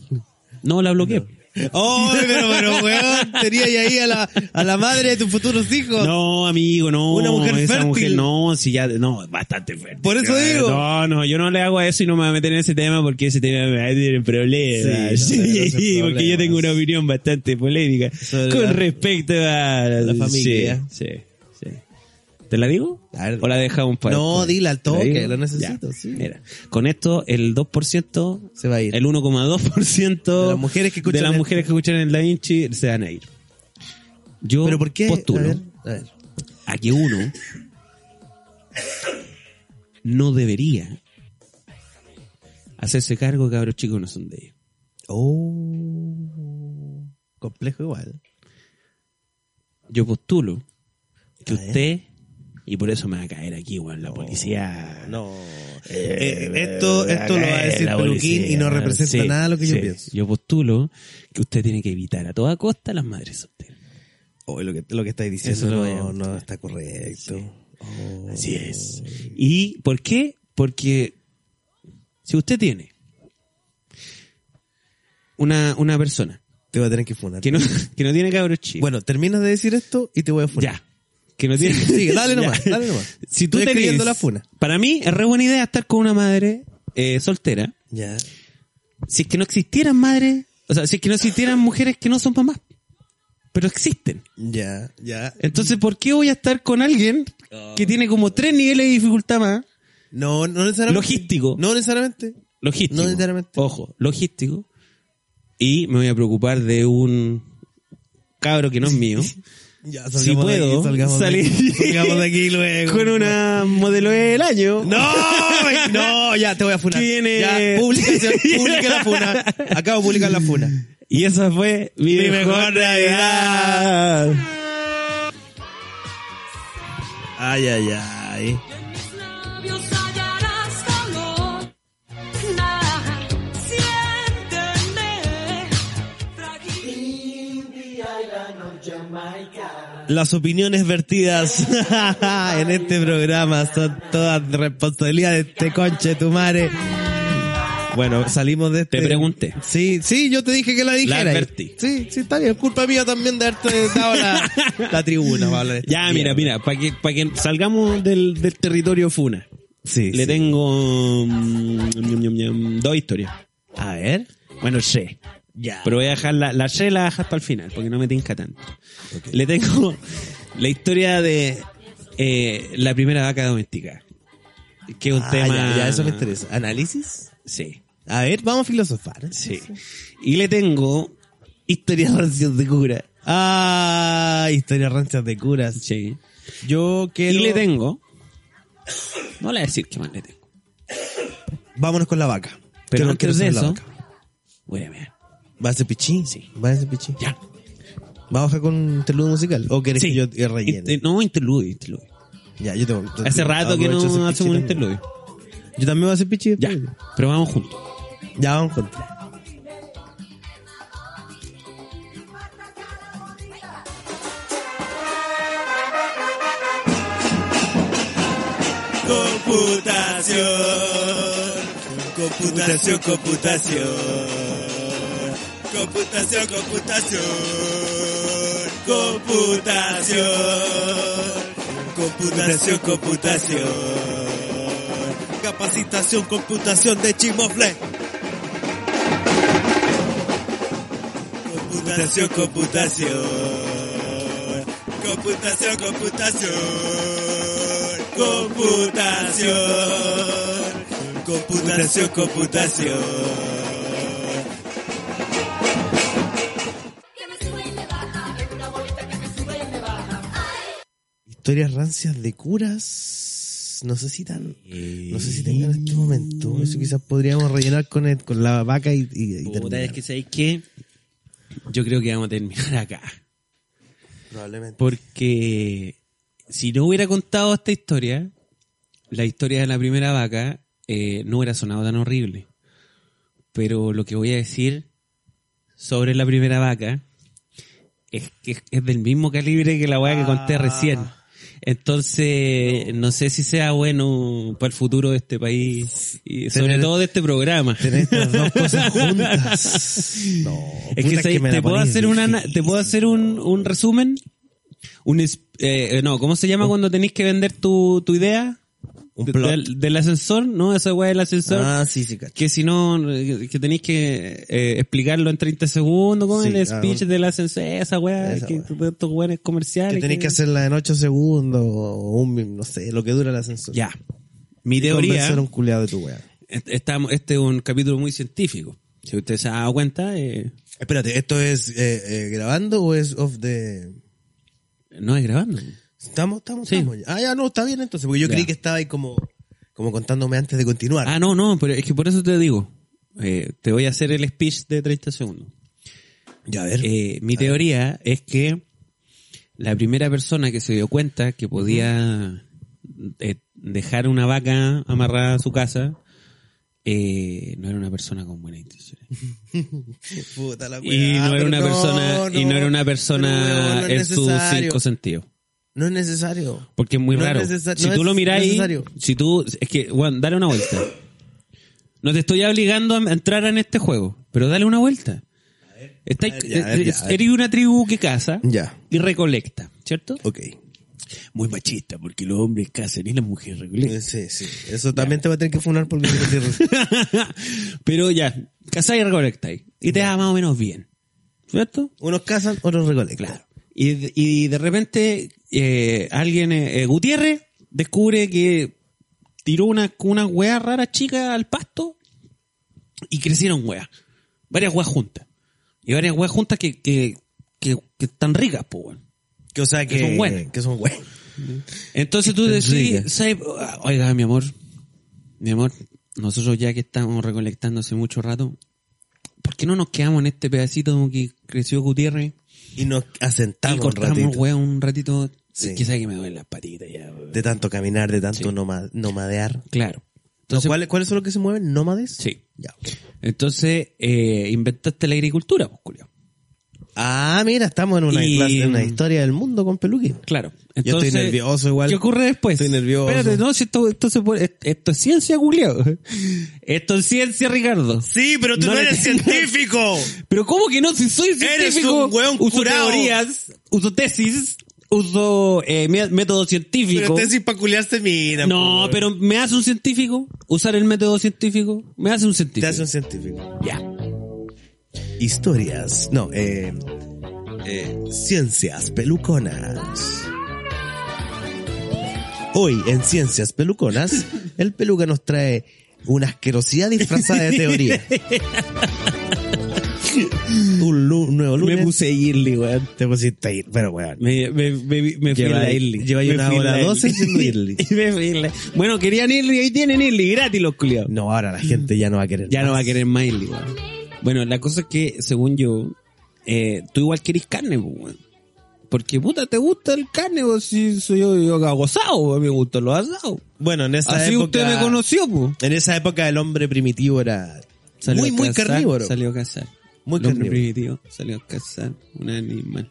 C: No, la bloqueé.
D: ¡Oh, pero, pero, weón! Tenías ahí a la, a la madre de tus futuros hijos.
C: No, amigo, no.
D: Una mujer
C: esa
D: fértil.
C: mujer no, si ya, no, bastante fértil.
D: Por eso digo.
C: No, no, yo no le hago a eso y no me voy a meter en ese tema porque ese tema me va a tener problemas. Sí,
D: Sí, no, no, no son
C: porque yo
D: problemas.
C: tengo una opinión bastante polémica
D: Sobre
C: con
D: la-
C: respecto a
D: la familia.
C: Sí, sí, sí. ¿Te la digo?
D: A ver.
C: ¿O la dejamos para
D: No, dila al toque,
C: ¿La digo?
D: lo necesito, sí.
C: Mira, con esto el 2%
D: Se va a ir.
C: El 1,2%
D: De las mujeres que escuchan
C: de las
D: el-
C: mujeres que escuchan el Da Vinci se van a ir. Yo
D: ¿Pero por qué?
C: postulo
D: A ver, a ver.
C: a que uno no debería hacerse cargo que cabros chicos no son de ellos.
D: Oh. Complejo igual.
C: Yo postulo que
D: A ver.
C: usted, y por eso me va a caer aquí, weón, la policía.
D: No. Eh, esto esto lo va a decir
C: la
D: Peluquín
C: policía,
D: y no representa
C: sí,
D: nada de lo que yo
C: sí.
D: pienso.
C: Yo postulo que usted tiene que evitar a toda costa las madres solteras.
D: Oh, lo que, lo que estáis
C: Eso
D: diciendo
C: lo voy a
D: no,
C: mostrar.
D: no está correcto. Oh.
C: Así es. ¿Y por qué? Porque si usted tiene una, una persona
D: Te voy a tener que funar.
C: que no, que no tiene cabros chicos.
D: Bueno, terminas de decir esto y te voy a funar.
C: ya. que no tiene.
D: Sigue, dale nomás,
C: Ya.
D: dale nomás.
C: Si tú
D: Estoy
C: tenés-
D: escribiendo la funa.
C: Para mí es re buena idea estar con una madre eh, soltera.
D: Ya.
C: Si es que no existieran madres, o sea, si es que no existieran mujeres que no son mamás, pero existen.
D: Ya, ya.
C: Entonces, ¿por qué voy a estar con alguien
D: Oh.
C: que tiene como tres niveles de dificultad más?
D: No, no necesariamente.
C: Logístico.
D: No necesariamente.
C: Logístico.
D: No necesariamente.
C: Ojo, logístico. Y me voy a preocupar de un cabro que no es mío.
D: Ya,
C: Si
D: salgamos de aquí,
C: puedo
D: salgamos de
C: salir
D: aquí, salgamos de aquí luego.
C: con una modelo del año.
D: No, güey, no, ya te voy a funar.
C: Tiene-
D: Ya, publicación, publica la funa. Acabo de publicar la funa.
C: Y esa fue mi, mejor Navidad.
D: Ay, ay, ay. Las opiniones vertidas en este programa son todas de responsabilidad de este conche tu madre. Bueno, salimos de este.
C: Te pregunté.
D: Sí, sí, yo te dije que la dijera.
C: advertí.
D: Sí, sí, está bien. Culpa mía también de haberte dado la, la tribuna para hablar de este esta
C: Ya, mira,
D: mierda.
C: mira, para que, pa' que salgamos del, del territorio Funa.
D: Sí,
C: Le
D: sí.
C: tengo mm, ñam, ñam, ñam, dos historias.
D: A ver.
C: Bueno, sé.
D: Ya.
C: Pero voy a dejar la, la sé la dejas para el final, porque no me tinca tanto. Le tengo la historia de eh, la primera vaca doméstica. Que es un
D: Ah,
C: tema.
D: ya, ya, eso me interesa. ¿Análisis?
C: Sí,
D: A ver, vamos a filosofar.
C: sí. Y le tengo historias rancias de cura.
D: Ah, historias rancias de curas.
C: Sí.
D: Yo quiero...
C: Y le tengo. No le voy a decir qué más le tengo.
D: Vámonos con la vaca.
C: Pero
D: Yo
C: antes
D: quiero
C: de
D: saber la
C: eso.
D: vaca.
C: Voy a ver.
D: ¿Vas a hacer pichín?
C: Sí.
D: ¿Vas a hacer pichín?
C: Ya.
D: ¿Vamos a dejar con un interludio musical? ¿O querés
C: Sí.
D: que yo te rellene?
C: Inter- no, interludio, interludio.
D: ya, yo tengo...
C: Hace rato que
D: aprovecho
C: no
D: ese
C: hacemos un
D: pichín también.
C: interludio.
D: Yo también voy a hacer pichín.
C: Ya.
D: después.
C: Pero vamos juntos.
D: Ya vamos con tres. Computación, computación, computación, computación, computación, computación, computación, computación, capacitación, computación de chimofle. Computación, computación. Computación, computación. Computación. Computación, computación. Historias rancias de curas. No sé si tan. No sé si tengan en este momento. Eso quizás podríamos rellenar con, el- con la vaca y, y- y
C: Puta,
D: terminar.
C: es que sabéis que yo creo que vamos a terminar acá.
D: Probablemente.
C: Porque si no hubiera contado esta historia, la historia de la primera vaca eh, no hubiera sonado tan horrible. Pero lo que voy a decir sobre la primera vaca es que es- es del mismo calibre que la vaca que conté
D: Ah.
C: recién. Entonces, no sé si sea bueno para el futuro de este país y sobre
D: Tener-
C: todo de este programa.
D: Tener estas dos cosas juntas. No.
C: Es
D: puta
C: que, ¿sabes?
D: me la
C: te puedo
D: pones
C: hacer una, ana- te
D: difícil.
C: puedo hacer un, un resumen, un es- eh, eh, no, ¿cómo se llama cuando tenéis que vender tu, tu idea?
D: Un
C: De-
D: plot.
C: del, del ascensor, ¿no? Esa weá del ascensor.
D: Ah, sí, sí, cacho.
C: Que si no, eh, que tenéis que eh, explicarlo en 30 segundos, con
D: Sí,
C: el speech
D: ah,
C: del ascensor, esa weá,
D: Esa
C: que
D: weá.
C: estos weones comerciales.
D: Que tenés que hacerla en 8 segundos o un, min- no sé, lo que dura el ascensor.
C: Ya. Mi
D: Convencer
C: teoría,
D: a un culiado de tu wea.
C: est- estamos, este es un capítulo muy científico. Si usted se ha dado cuenta, eh,
D: Espérate, ¿esto es eh, eh, grabando o es off the...
C: no es grabando.
D: Estamos, estamos,
C: Sí.
D: estamos. ya. Ah, ya, no, está bien entonces, porque yo
C: Ya.
D: creí que estaba ahí como, como contándome antes de continuar.
C: Ah, no, no, pero es que por eso te digo. Eh, te voy a hacer el speech de 30 segundos.
D: ya, a ver.
C: Eh, mi teoría es que la primera persona que se dio cuenta que podía eh, dejar una vaca amarrada a su casa eh, no era una persona con buenas intenciones.
D: Puta la wea.
C: Y
D: Ah,
C: no era
D: pero
C: una persona, y no era una
D: pero,
C: persona
D: weón, no
C: en
D: es
C: sus
D: necesario.
C: cinco sentidos.
D: No es necesario.
C: Porque es muy
D: No es
C: raro.
D: necesa-
C: si
D: no
C: tú
D: es
C: lo mirás
D: necesario.
C: si tú, es que, Juan, dale una vuelta. No te estoy obligando a entrar en este juego, pero dale una vuelta. Estáis-
D: A ver, ya, a ver, ya, a ver.
C: eres una tribu que caza
D: Ya.
C: y recolecta, ¿cierto?
D: Ok.
C: muy machista, porque los hombres casan y las mujeres regulan.
D: Sí, sí. Eso también te va a tener que funar porque no te ríes.
C: Pero ya, casáis y recolectáis. Y te da más o menos bien. ¿Cierto?
D: Unos casan, otros recolectan.
C: Claro. Y, de- y de repente eh, alguien, eh, eh, Gutiérrez, descubre que tiró una, una weá rara chica al pasto y crecieron weas. Varias weas juntas. Y varias weas juntas que, que, que, que están ricas, pues, weón.
D: Que, o sea, que,
C: Que son buenos.
D: Que son buenos.
C: Entonces tú
D: Rica.
C: decís, ¿sabes? oiga, mi amor, mi amor, nosotros ya que estamos recolectando hace mucho rato, ¿por qué no nos quedamos en este pedacito donde que creció Gutiérrez?
D: Y nos
C: y
D: asentamos un
C: cortamos
D: ratito.
C: weón, un ratito.
D: Sí.
C: Quizás que me duelen las patitas ya. weón.
D: De tanto caminar, de tanto
C: Sí.
D: noma- nomadear.
C: Claro.
D: No,
C: Entonces,
D: ¿cuáles, ¿Cuáles son los que se mueven? ¿Nómades?
C: Sí.
D: Ya.
C: Entonces, eh, inventaste la agricultura, pues, culiao.
D: Ah, mira, estamos en una,
C: Y-
D: clase, en una historia del mundo con Peluquín.
C: Claro.
D: Yo estoy nervioso igual.
C: ¿Qué ocurre después?
D: Estoy nervioso.
C: Espérate, no, si esto, esto, se puede- esto es ciencia, culiao. Esto es ciencia, Ricardo.
D: Sí, pero
C: No le tengo- Pero ¿cómo que no? Si soy científico,
D: un weón
C: uso
D: curado.
C: teorías, uso tesis, uso eh, me- método científico.
D: Pero te sin paculeaste, mira.
C: no,
D: po.
C: pero me hace un científico. Usar el método científico me hace un científico.
D: Te hace un científico.
C: Ya.
D: Historias. No, eh. eh, Ciencias peluconas. Hoy en Ciencias Peluconas, el peluca nos trae una asquerosidad disfrazada de teoría. un lu- nuevo lunes.
C: Me puse Irly, weón.
D: Te pusiste a ir, pero weón.
C: Me, me, me, me fui
D: Lleva-
C: en la Irly.
D: lleva
C: Me
D: una
C: fui en
D: hora
C: la
D: doce
C: Irly.
D: siendo Irly.
C: Y me fui en la- Bueno, querían Irly, ahí tienen Irly, gratis los culiados.
D: No, ahora la gente ya no va a querer.
C: Mm. Ya no
D: más.
C: va a querer más Irly, weón. Bueno, la cosa es que, según yo, eh, tú igual querís carne, pues, weón. Porque, puta, te gusta el carne, vos, si soy yo, yo agosado, weón, me gustan los asados.
D: Bueno, en esa
C: Así
D: época.
C: usted me conoció, pues.
D: En esa época el hombre primitivo era
C: Salió
D: muy,
C: a
D: muy
C: cazar,
D: carnívoro.
C: Salió a cazar.
D: Muy
C: El hombre
D: carnívoro.
C: primitivo salió a cazar un animal.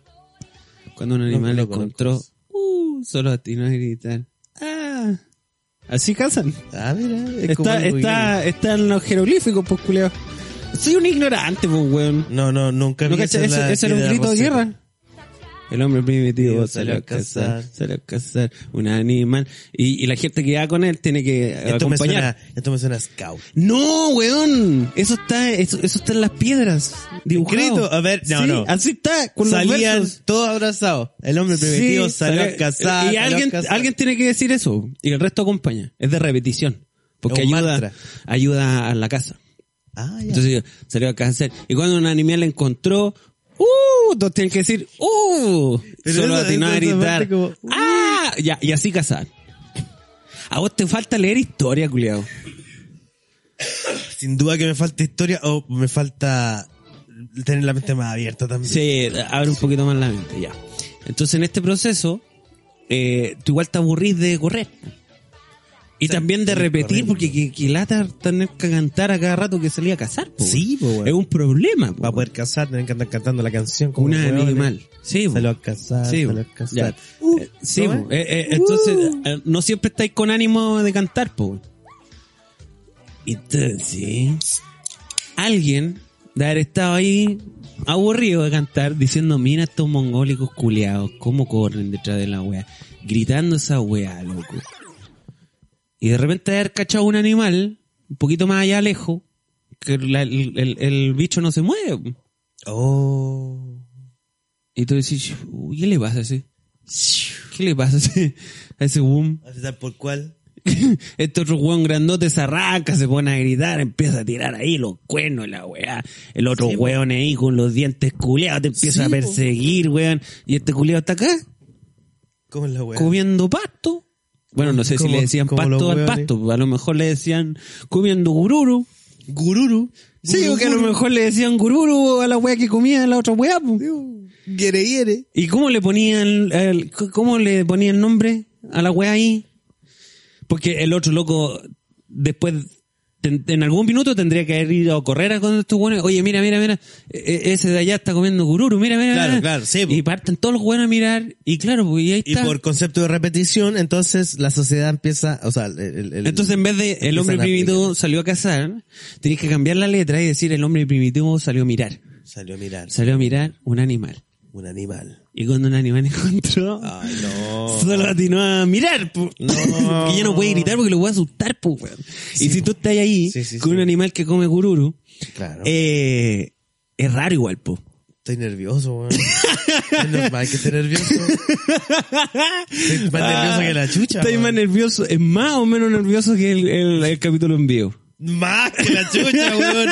C: Cuando un
D: No,
C: animal
D: no
C: lo
D: lo
C: encontró, uh, solo atinó a gritar. ¡Ah! Así cazan.
D: Ah, mira, es como
C: Está,
D: algo
C: está, están los jeroglíficos, pues, culeo. Soy un ignorante, pues, weón.
D: que- No, no, nunca
C: ¿No
D: vi
C: cachas?
D: en
C: ¿Eso,
D: la
C: eso era un
D: piedra
C: grito de
D: roseta.
C: guerra? El hombre primitivo salió a cazar, salió a cazar un animal. Y, y la gente que va con él tiene que
D: Esto me,
C: acompañar.
D: suena, esto me suena a scout.
C: No, weón. Eso está, eso, eso está en las piedras. Dibujado.
D: Escrito, a ver, no,
C: Sí,
D: no.
C: Así está, con
D: Salían
C: los versos.
D: todos abrazados. El hombre primitivo
C: Sí,
D: salió a
C: sale-
D: cazar.
C: Y
D: salió a
C: alguien,
D: cazar.
C: alguien tiene que decir eso. Y el resto acompaña. Es de repetición. Porque
D: Es un
C: ayuda,
D: mantra.
C: ayuda a la casa.
D: Ah, ya.
C: Entonces salió a cazar. Y cuando un animal la encontró, ¡uh! Todos tienen que decir, ¡uh!
D: Pero
C: Solo
D: eso-
C: atinó a
D: eso es
C: gritar.
D: parte como, ¡uh!
C: ¡ah! Ya, y así cazar. A vos te falta leer historia, culiao.
D: Sin duda que me falta historia o me falta tener la mente más abierta también.
C: Sí, abre un poquito más la mente, ya. Entonces, en este proceso, eh, tú igual te aburrís de correr. Y también de repetir,
D: corriendo.
C: porque que, que lata tener que cantar a cada rato que salía a cazar. po,
D: Sí, po,
C: weón.
D: weón.
C: Es un problema. po,
D: Para poder cazar, tienen que andar cantando la canción como
C: Un
D: hueones.
C: animal. ¿eh? Sí, po.
D: Salió a cazar,
C: Sí, po.
D: salió a cazar.
C: Ya.
D: Uh,
C: Eh, sí,
D: ¿no
C: po.
D: ves?
C: Eh, eh, entonces, eh, no siempre estáis con ánimo de cantar, po. Entonces, alguien de haber estado ahí aburrido de cantar, diciendo, mira estos mongólicos culeados, cómo corren detrás de la wea, gritando esa wea, loco. Y de repente haber cachado un animal, un poquito más allá lejos, que la- el, el- el bicho no se mueve. po.
D: Oh.
C: Y tú decís, "Uy, ¿qué le pasa a ese? ¿Qué le pasa a ese, a ese boom?
D: ¿A pesar por cuál?
C: Este otro weón grandote se arranca, se pone a gritar, empieza a tirar ahí los cuernos, y la weá. El otro weón ahí con los dientes culeados te empieza a perseguir, weón. Y este culeado está acá,
D: ¿Cómo es la weá?
C: comiendo pasto. Bueno, no sé si
D: Como-
C: le decían
D: como
C: pasto
D: los
C: al
D: weones.
C: pasto, a lo mejor le decían comiendo gururu.
D: Gururu.
C: Sí, porque a lo mejor le decían gururu a la weá que comía la otra weá. po.
D: Quiere, quiere.
C: ¿Y cómo le ponían el, cómo le ponían el nombre a la wea ahí? Porque el otro loco después ten- en algún minuto tendría que haber ido a correr a con estos buenos. Oye, mira, mira, mira, e- e- ese de allá está comiendo gururu, mira, mira.
D: Claro,
C: mira.
D: claro, sí, po.
C: Y parten todos los buenos a mirar y claro, pues y ahí
D: Y
C: está.
D: por concepto de repetición, entonces la sociedad empieza, o sea, el, el- el-
C: Entonces en vez de el
D: empiezan
C: hombre
D: a aplicar.
C: primitivo salió a cazar, tenés que cambiar la letra y decir el hombre primitivo salió a mirar.
D: Salió a mirar
C: Salió a mirar un animal.
D: un animal.
C: Y cuando un animal encontró,
D: Ay, no.
C: solo atinó a mirar, po.
D: No.
C: que ya no puede gritar porque lo voy a asustar, po, weón. y si tú estás ahí
D: Sí, sí,
C: con
D: sí.
C: un animal que come cururu,
D: Claro.
C: eh, es raro igual, po.
D: Estoy nervioso, weón. es normal que esté nervioso. Estoy más nervioso que la chucha.
C: Ah, Estoy
D: weón.
C: más nervioso, es más o menos nervioso que el, el- el capítulo en vivo.
D: Más que la chucha, weón.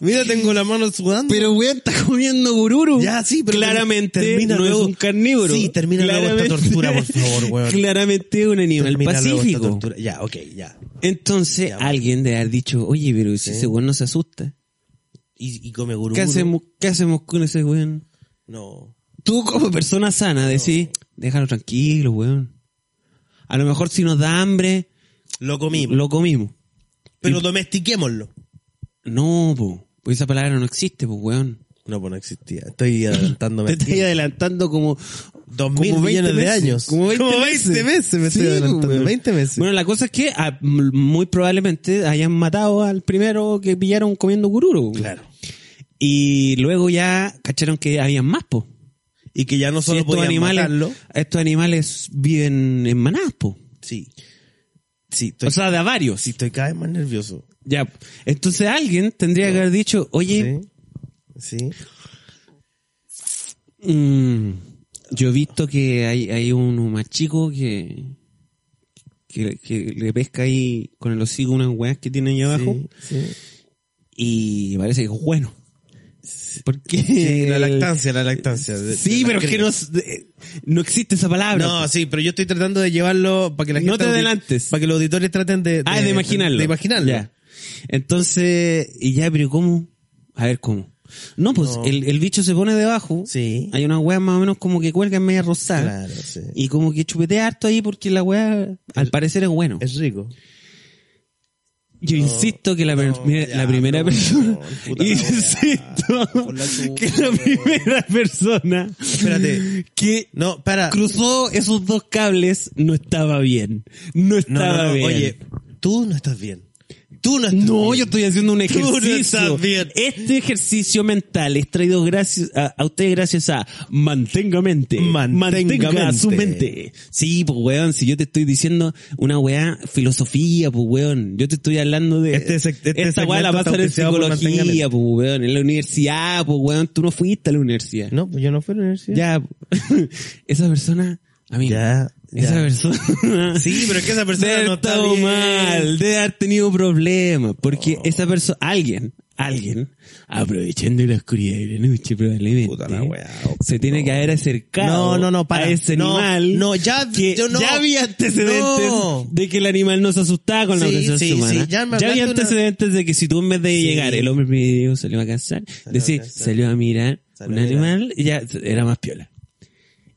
D: Mira, tengo la mano sudando.
C: Pero weón, está comiendo gururu.
D: Ya, sí, pero
C: claramente
D: termina
C: no
D: luego-
C: es un carnívoro.
D: Sí, termina luego esta
C: Claramente-
D: tortura, por favor, weón.
C: Claramente es un animal
D: Termina luego esta
C: pacífico.
D: tortura. Ya, ok, ya.
C: Entonces, alguien debe haber dicho, oye, pero si ese weón no se asusta,
D: Y, y come gurú.
C: ¿qué hacemos, ¿qué hacemos con ese weón?
D: No.
C: Tú como persona sana decís, déjalo tranquilo, weón. A lo mejor si nos da hambre,
D: Lo comimos.
C: lo comimos.
D: Pero domestiquémoslo.
C: No, po, pues esa palabra no existe, pues, weón.
D: No, pues no existía. Estoy adelantándome.
C: Te estoy adelantando como...
D: Dos
C: como
D: mil
C: 20
D: millones de
C: meses.
D: años.
C: Como 20,
D: meses me estoy
C: Sí,
D: adelantando.
C: weón.
D: 20 meses.
C: Bueno, la cosa es que ah, m- muy probablemente hayan matado al primero que pillaron comiendo gururu.
D: claro.
C: Y luego ya cacharon que habían más, po.
D: Y que ya no
C: Si
D: solo
C: estos
D: podían
C: animales,
D: matarlo.
C: estos animales viven en manadas, po.
D: Sí. Sí, estoy,
C: O sea, de a varios.
D: sí, estoy cada vez más nervioso.
C: Ya. Entonces alguien tendría que haber dicho, oye,
D: Sí. Sí.
C: mm, yo he visto que hay, hay uno más chico que, que, que le pesca ahí con el hocico unas weas que tiene ahí abajo
D: Sí.
C: y parece que es bueno. Porque
D: Sí, la lactancia, la lactancia. De-
C: Sí,
D: de
C: pero
D: la
C: es que
D: cría.
C: no, s- de- no existe esa palabra.
D: No, sí, pero yo estoy tratando de llevarlo para que la
C: No
D: gente.
C: te
D: audi-
C: adelantes.
D: Para que los auditores traten de.
C: ah, es de imaginarlo.
D: De imaginarlo.
C: Ya. Entonces, y ya, pero ¿cómo? A ver, ¿cómo? No, pues
D: No.
C: El, el bicho se pone debajo.
D: Sí.
C: Hay una weá más o menos como que cuelga en media rosada.
D: Claro, sí.
C: Y como que chupetea harto ahí porque la weá, al parecer, es bueno.
D: Es rico.
C: Yo insisto que la, per-
D: no,
C: mira,
D: ya,
C: la primera
D: no,
C: persona.
D: no, puta la weá.
C: insisto
D: Por la chucha,
C: que la
D: weón.
C: primera persona
D: Espérate.
C: que
D: No, para.
C: cruzó esos dos cables no estaba bien. No
D: No,
C: estaba
D: no, no,
C: bien.
D: Oye, tú no estás bien. Tú no estás
C: No,
D: bien.
C: yo estoy haciendo un
D: Tú no
C: ejercicio.
D: estás bien.
C: Este ejercicio mental es traído gracias a, a ustedes gracias a Mantenga Mente.
D: Mantenga
C: Mantenga su
D: mente.
C: mente. Sí, pues weón, si yo te estoy diciendo una weá filosofía, pues weón. Yo te estoy hablando de...
D: Este sec- este
C: esta weá la
D: segmento está
C: pasan en
D: auspiciado por Mantenga
C: psicología,
D: Mente.
C: pues weón. En la universidad, pues weón. Tú no fuiste a la universidad.
D: No, pues yo no fui a la universidad.
C: Ya, esa persona, amigo.
D: Ya,
C: Esa
D: ya.
C: persona.
D: Sí, pero es que esa persona
C: debe
D: no
C: haber
D: está
C: estado
D: bien.
C: mal, debe haber tenido problemas, porque esa persona, alguien, alguien, aprovechando la oscuridad de la noche probablemente,
D: Puta la weá, oh,
C: se tiene que haber acercado
D: No, no, no, para.
C: a ese
D: No,
C: animal.
D: no, ya-
C: que
D: yo no.
C: ya había antecedentes
D: No.
C: de que el animal no se asustaba con la
D: Sí,
C: presencia
D: sí,
C: humana.
D: sí, ya me
C: había
D: hablaste una-
C: antecedentes de que si tú en vez de llegar, el hombre medio salió a cazar, decir,
D: cazar.
C: salió a mirar
D: Salió
C: un
D: a mirar.
C: animal, ya era más piola.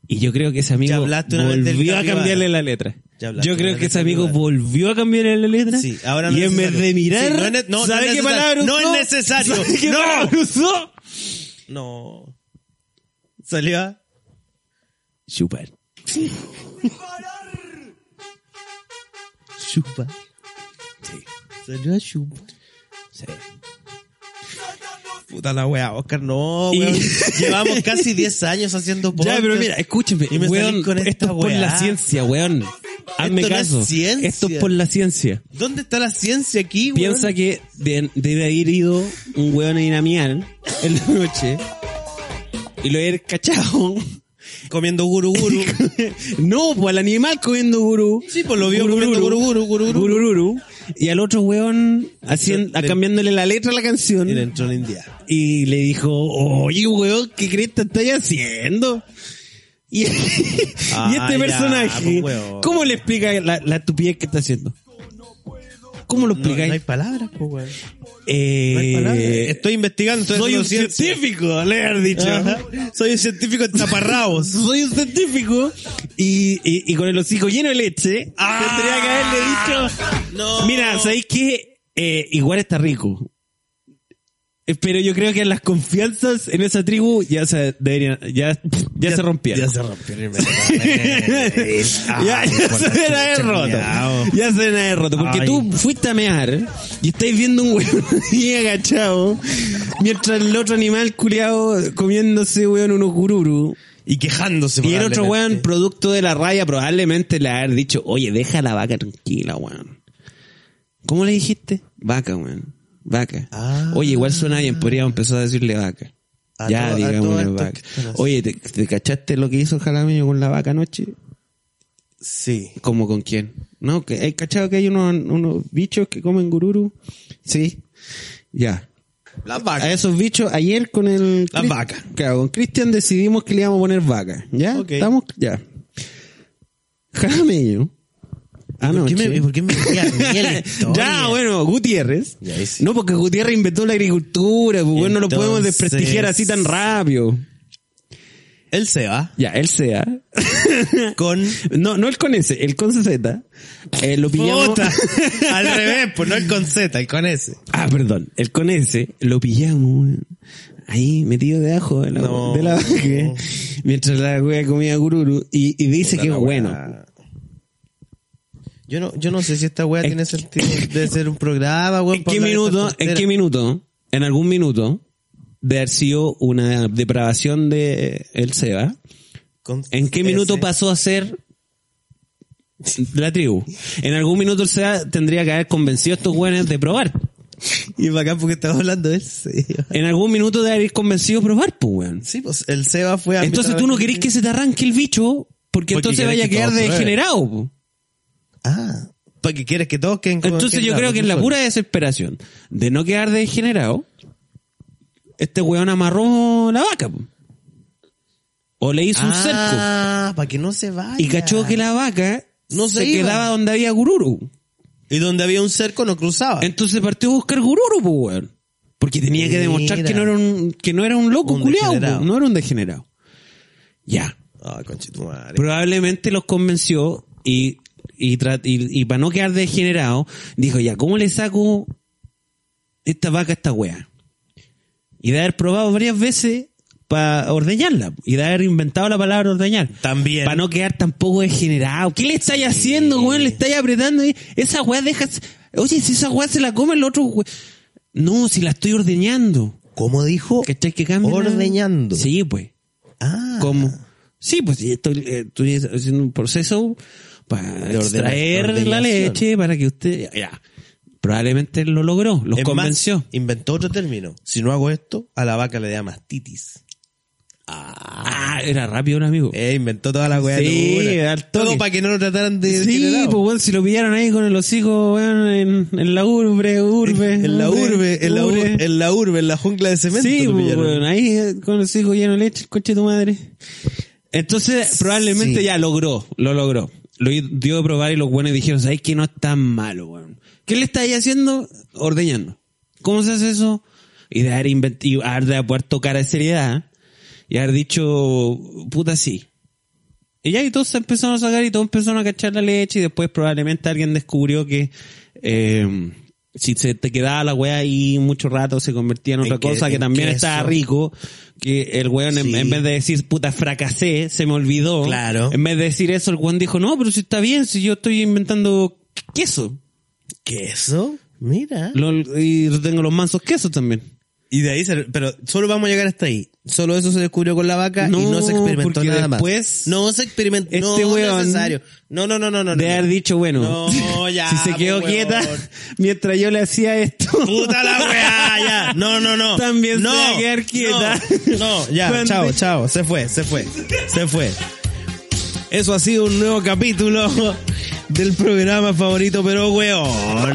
C: Y yo creo que ese amigo
D: Ya hablaste una vez del
C: volvió a
D: capibara.
C: cambiarle la letra.
D: Ya hablaste
C: Yo
D: una
C: creo
D: vez
C: que ese
D: del
C: amigo
D: capibara.
C: volvió a cambiarle la letra.
D: Sí, ahora no
C: y
D: es
C: en vez
D: necesario.
C: de mirar,
D: Sí, no es ne- no, no
C: ¿sabe qué
D: es necesario.
C: palabra
D: No
C: usó?
D: es necesario.
C: ¿Sabe qué
D: No.
C: palabra usó?
D: No. Salió a-
C: Chupar.
D: Chupa. Salió a chupa. Puta la weá, Oscar, no,
C: Y-
D: weón. Llevamos casi 10 años haciendo
C: Ya, pero mira, escúcheme,
D: Y me
C: weón,
D: salís con
C: esto
D: esta
C: es por
D: weá.
C: la ciencia, weón. Hazme
D: Esto no es
C: caso.
D: ciencia.
C: Esto es por la ciencia.
D: ¿Dónde está la ciencia aquí, weón?
C: Piensa que de- debe haber ido un weón a dinamiar en la noche y lo haber cachado.
D: Comiendo guru guru.
C: no, pues al animal comiendo gurú.
D: Sí, pues lo vio comiendo gurú, gurú, gurú.
C: Gurururu. Y al otro weón haciendo,
D: Le-
C: cambiándole la letra a la canción.
D: y le entró en India.
C: Y le dijo, oye, weón, ¿qué crees que estás haciendo? Y, y
D: Ah,
C: este
D: ya,
C: personaje,
D: pues, weón.
C: ¿cómo le explica la, la estupidez que está haciendo? ¿Cómo lo
D: No, no
C: explicáis?
D: hay palabras, po, weón.
C: Eh,
D: No hay palabras. Estoy investigando. estoy
C: soy
D: haciendo
C: un
D: ciencia.
C: científico, le haber dicho.
D: Ajá. Soy un científico de taparrabos.
C: Soy un científico y, y- y con el hocico lleno de leche, tendría que haberle dicho,
D: Ah. No.
C: mira, ¿sabéis qué? Eh, igual está rico. Eh, Pero yo creo que las confianzas en esa tribu ya se deberían, ya, ya, se rompieron.
D: Ya se rompieron. Eh, ah,
C: Ya, ya se deben haber roto. Ya se deben haber roto. Porque
D: oh. Ay.
C: tú fuiste a mear y estáis viendo un weón ahí agachado mientras el otro animal culiado comiéndose, weón, unos gururu.
D: y quejándose.
C: Y el otro
D: probablemente.
C: weón, producto de la raya, probablemente le haber dicho, oye, deja a la vaca tranquila, weón. ¿Cómo le dijiste? Vaca, weón. Vaca.
D: Ah.
C: Oye, igual suena bien, podríamos empezar a decirle vaca.
D: A
C: ya,
D: todo- a todo
C: digámosle
D: esto
C: vaca.
D: que están haciendo.
C: Oye, ¿te, te cachaste lo que hizo el jalameño con la vaca anoche?
D: Sí.
C: ¿Cómo con quién? No, que hay cachado que hay unos, unos bichos que comen gururu. Sí. Ya.
D: Las
C: A
D: vacas.
C: esos bichos, ayer con el...
D: Las
C: Cris-
D: vacas.
C: Claro, con Cristian decidimos que le íbamos a poner vaca. ¿Ya?
D: Ok.
C: Estamos... Ya. Jalameño. Anoche.
D: ¿Por qué me, por qué me decía Miguel Estonia?
C: ya, bueno, Gutiérrez.
D: Ya, ahí sí.
C: No, porque Gutiérrez inventó la agricultura, pues bueno, no lo
D: entonces-
C: podemos desprestigiar así tan rápido.
D: Él se va
C: Ya, él sea.
D: con...
C: No, no el con ese, el con Z. Eh, lo pillamos.
D: Puta. Al revés, pues no es con Z, es con S.
C: Ah, perdón. El con ese lo pillamos weón. ahí metido de ajo de la,
D: No.
C: de la vaca, mientras la wea comía gururu y, y dice que es bueno.
D: Yo no, yo no sé si esta weá tiene sentido de ser un programa, weón.
C: ¿En
D: para
C: qué
D: hablar de
C: minuto,
D: esas
C: en
D: tonteras.
C: qué minuto, en algún minuto, de haber sido una depravación de eh, el Seba,
D: Con
C: en qué
D: S.
C: minuto pasó a ser la tribu? En algún minuto el Seba tendría que haber convencido a estos güeyes de probar.
D: Y bacán porque estaba hablando del Seba.
C: En algún minuto de haber convencido a probar, pues, weón.
D: Sí, pues el Seba fue a...
C: Entonces tú no querés que se te arranque el bicho, porque,
D: Porque
C: entonces
D: querés
C: vaya a
D: que
C: quedar
D: todos prueben.
C: degenerado. po.
D: Ah, porque quieres que todos queden como
C: Entonces yo
D: quedaron,
C: creo que en la
D: tú
C: pura desesperación de no quedar degenerado, este weón amarró la vaca. po. O le hizo un cerco.
D: Ah, para que no se vaya.
C: Y cachó que la vaca
D: No se
C: se
D: iba.
C: quedaba donde había gururu.
D: Y donde había un cerco no cruzaba.
C: Entonces partió a buscar gururu, po, weón. Porque tenía que
D: Mira.
C: demostrar que no era un, que no era un loco
D: Un
C: culiao, po.
D: degenerado.
C: no era un degenerado. Ya.
D: Ah, conchetumare.
C: probablemente los convenció y, y, tra- y, para no quedar degenerado, dijo, ya, ¿cómo le saco esta vaca a esta wea? Y de haber probado varias veces para ordeñarla. Y de haber inventado la palabra ordeñar.
D: También.
C: Para no quedar tampoco degenerado. ¿Qué le estáis haciendo, weón? Le estáis apretando. ahí. Esa weá deja... Oye, si esa weá se la come el otro... we- No, si la estoy ordeñando.
D: ¿Cómo dijo?
C: ¿Cachai que este- cambia? la-
D: Ordeñando.
C: Sí, pues.
D: Ah.
C: ¿Cómo? Sí, pues sí, estoy, eh, estoy haciendo un proceso para
D: De ordena-
C: extraer la
D: ordenación.
C: leche para que usted... Ya, probablemente lo logró, los
D: Es más,
C: convenció.
D: inventó otro término. Si no hago esto, a la vaca le da mastitis.
C: Ah, era rápido un amigo.
D: Eh, inventó toda la weá.
C: Sí,
D: dura.
C: al toque.
D: Todo para que no lo trataran de
C: sí, pues
D: degenerado.
C: bueno, si lo pillaron ahí con el hocico, weón, en, en la urbe, urbe.
D: En la urbe, en la urbe, en la urbe, en la jungla de cemento.
C: Sí,
D: lo
C: pues,
D: pillaron.
C: weón, ahí eh, con el hocico lleno de leche, el coche de tu madre. Entonces, probablemente
D: Sí.
C: ya logró, lo logró. Lo i- dio de probar y los buenos dijeron, ¿sabes que no es tan malo, weón? ¿Qué le estáis haciendo? Ordeñando. ¿Cómo se hace eso? Y de haber inventado, de haber tocar de seriedad y haber dicho, puta, sí. Y ya, y todos se empezaron a sacar y todos empezaron a cachar la leche y después probablemente alguien descubrió que eh, si se te quedaba la weá ahí mucho rato se convertía en otra
D: En que-
C: cosa que,
D: en
C: también
D: queso.
C: estaba rico, que el weón en,
D: Sí.
C: en vez de decir puta fracasé, se me olvidó.
D: Claro.
C: En vez de decir eso, el weón dijo, no, pero si está bien, si yo estoy inventando queso.
D: ¿Queso? Mira.
C: Lo- y tengo los mansos quesos también.
D: Y de ahí se, pero solo vamos a llegar hasta ahí. Solo eso se descubrió con la vaca y
C: No,
D: no se experimentó
C: porque
D: nada más.
C: después
D: no se experimentó, no
C: este weón-
D: es necesario. No, no, no, no, no.
C: de
D: no.
C: haber dicho, bueno,
D: No, ya,
C: si se quedó
D: pues,
C: quieta
D: weón.
C: mientras yo le hacía esto.
D: Puta la weá, ya. No, no, no.
C: También se
D: no,
C: va a quedar quieta.
D: No, no, ya,
C: Cuando-
D: chao, chao. Se fue, se fue, se fue. Eso ha sido un nuevo capítulo del programa favorito, pero weón.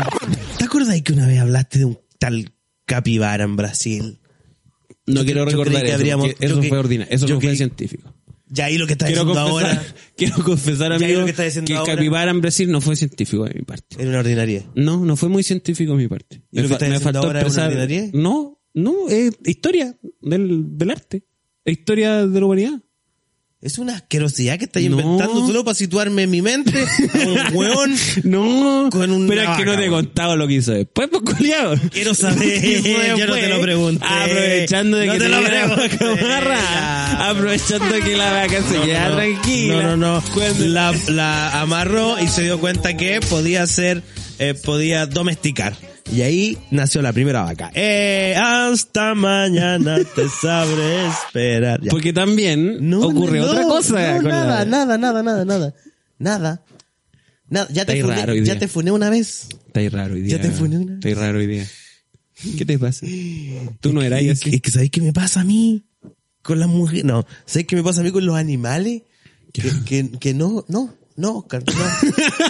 D: ¿Te acordás que una vez hablaste de un tal capibara en Brasil?
C: No
D: Yo
C: quiero
D: cre- yo
C: recordar
D: creí que
C: eso,
D: habríamos-
C: porque
D: yo
C: eso
D: creí-
C: fue ordinario, eso
D: yo
C: no fue
D: creí-
C: científico.
D: Y ahí lo que estás
C: Quiero
D: diciendo
C: confesar,
D: ahora
C: quiero confesar,
D: Ya,
C: amigo,
D: lo que
C: que,
D: está diciendo
C: el
D: ahora-
C: capibara en Brasil no fue científico de mi parte.
D: es una ordinaria.
C: No, no fue muy científico de mi parte.
D: ¿Y
C: Me
D: lo que
C: fa-
D: está
C: me
D: diciendo
C: faltó
D: ahora es una
C: expresar-
D: ordinaria?
C: No, no, es historia del, del arte. Es historia de la humanidad.
D: Es una asquerosidad que estáis
C: No.
D: inventando solo para situarme en mi mente a un weón.
C: No,
D: Con una
C: pero es que no
D: vaca,
C: te he
D: weón.
C: contado lo que hizo después, pues culiado.
D: Quiero saber, yo no te lo pregunté.
C: Aprovechando de
D: No
C: que
D: te
C: te
D: lo
C: la
D: pregunté,
C: vaca amarra.
D: ya.
C: Aprovechando que la vaca se queda tranquila.
D: No, no, no.
C: Cuando-
D: La, la amarró y se dio cuenta que podía ser eh, podía domesticar. Y ahí nació la primera vaca. Eh, hasta mañana te sabré esperar. Ya.
C: Porque también
D: No,
C: ocurre
D: no,
C: otra
D: no,
C: cosa.
D: no,
C: con la-
D: nada, nada, nada, nada, nada. Nada. Nada. Ya te,
C: Está
D: funé,
C: raro hoy
D: ya
C: día.
D: te funé una vez.
C: Está ahí raro hoy día.
D: Ya te funé una.
C: Está ahí raro hoy día. ¿Qué te pasa? Tú no eras
D: Y-
C: así.
D: y que ¿Sabéis qué me pasa a mí? Con las mujeres. No, ¿sabéis qué me pasa a mí con los animales? Que, que, que no, no, no, Oscar, no.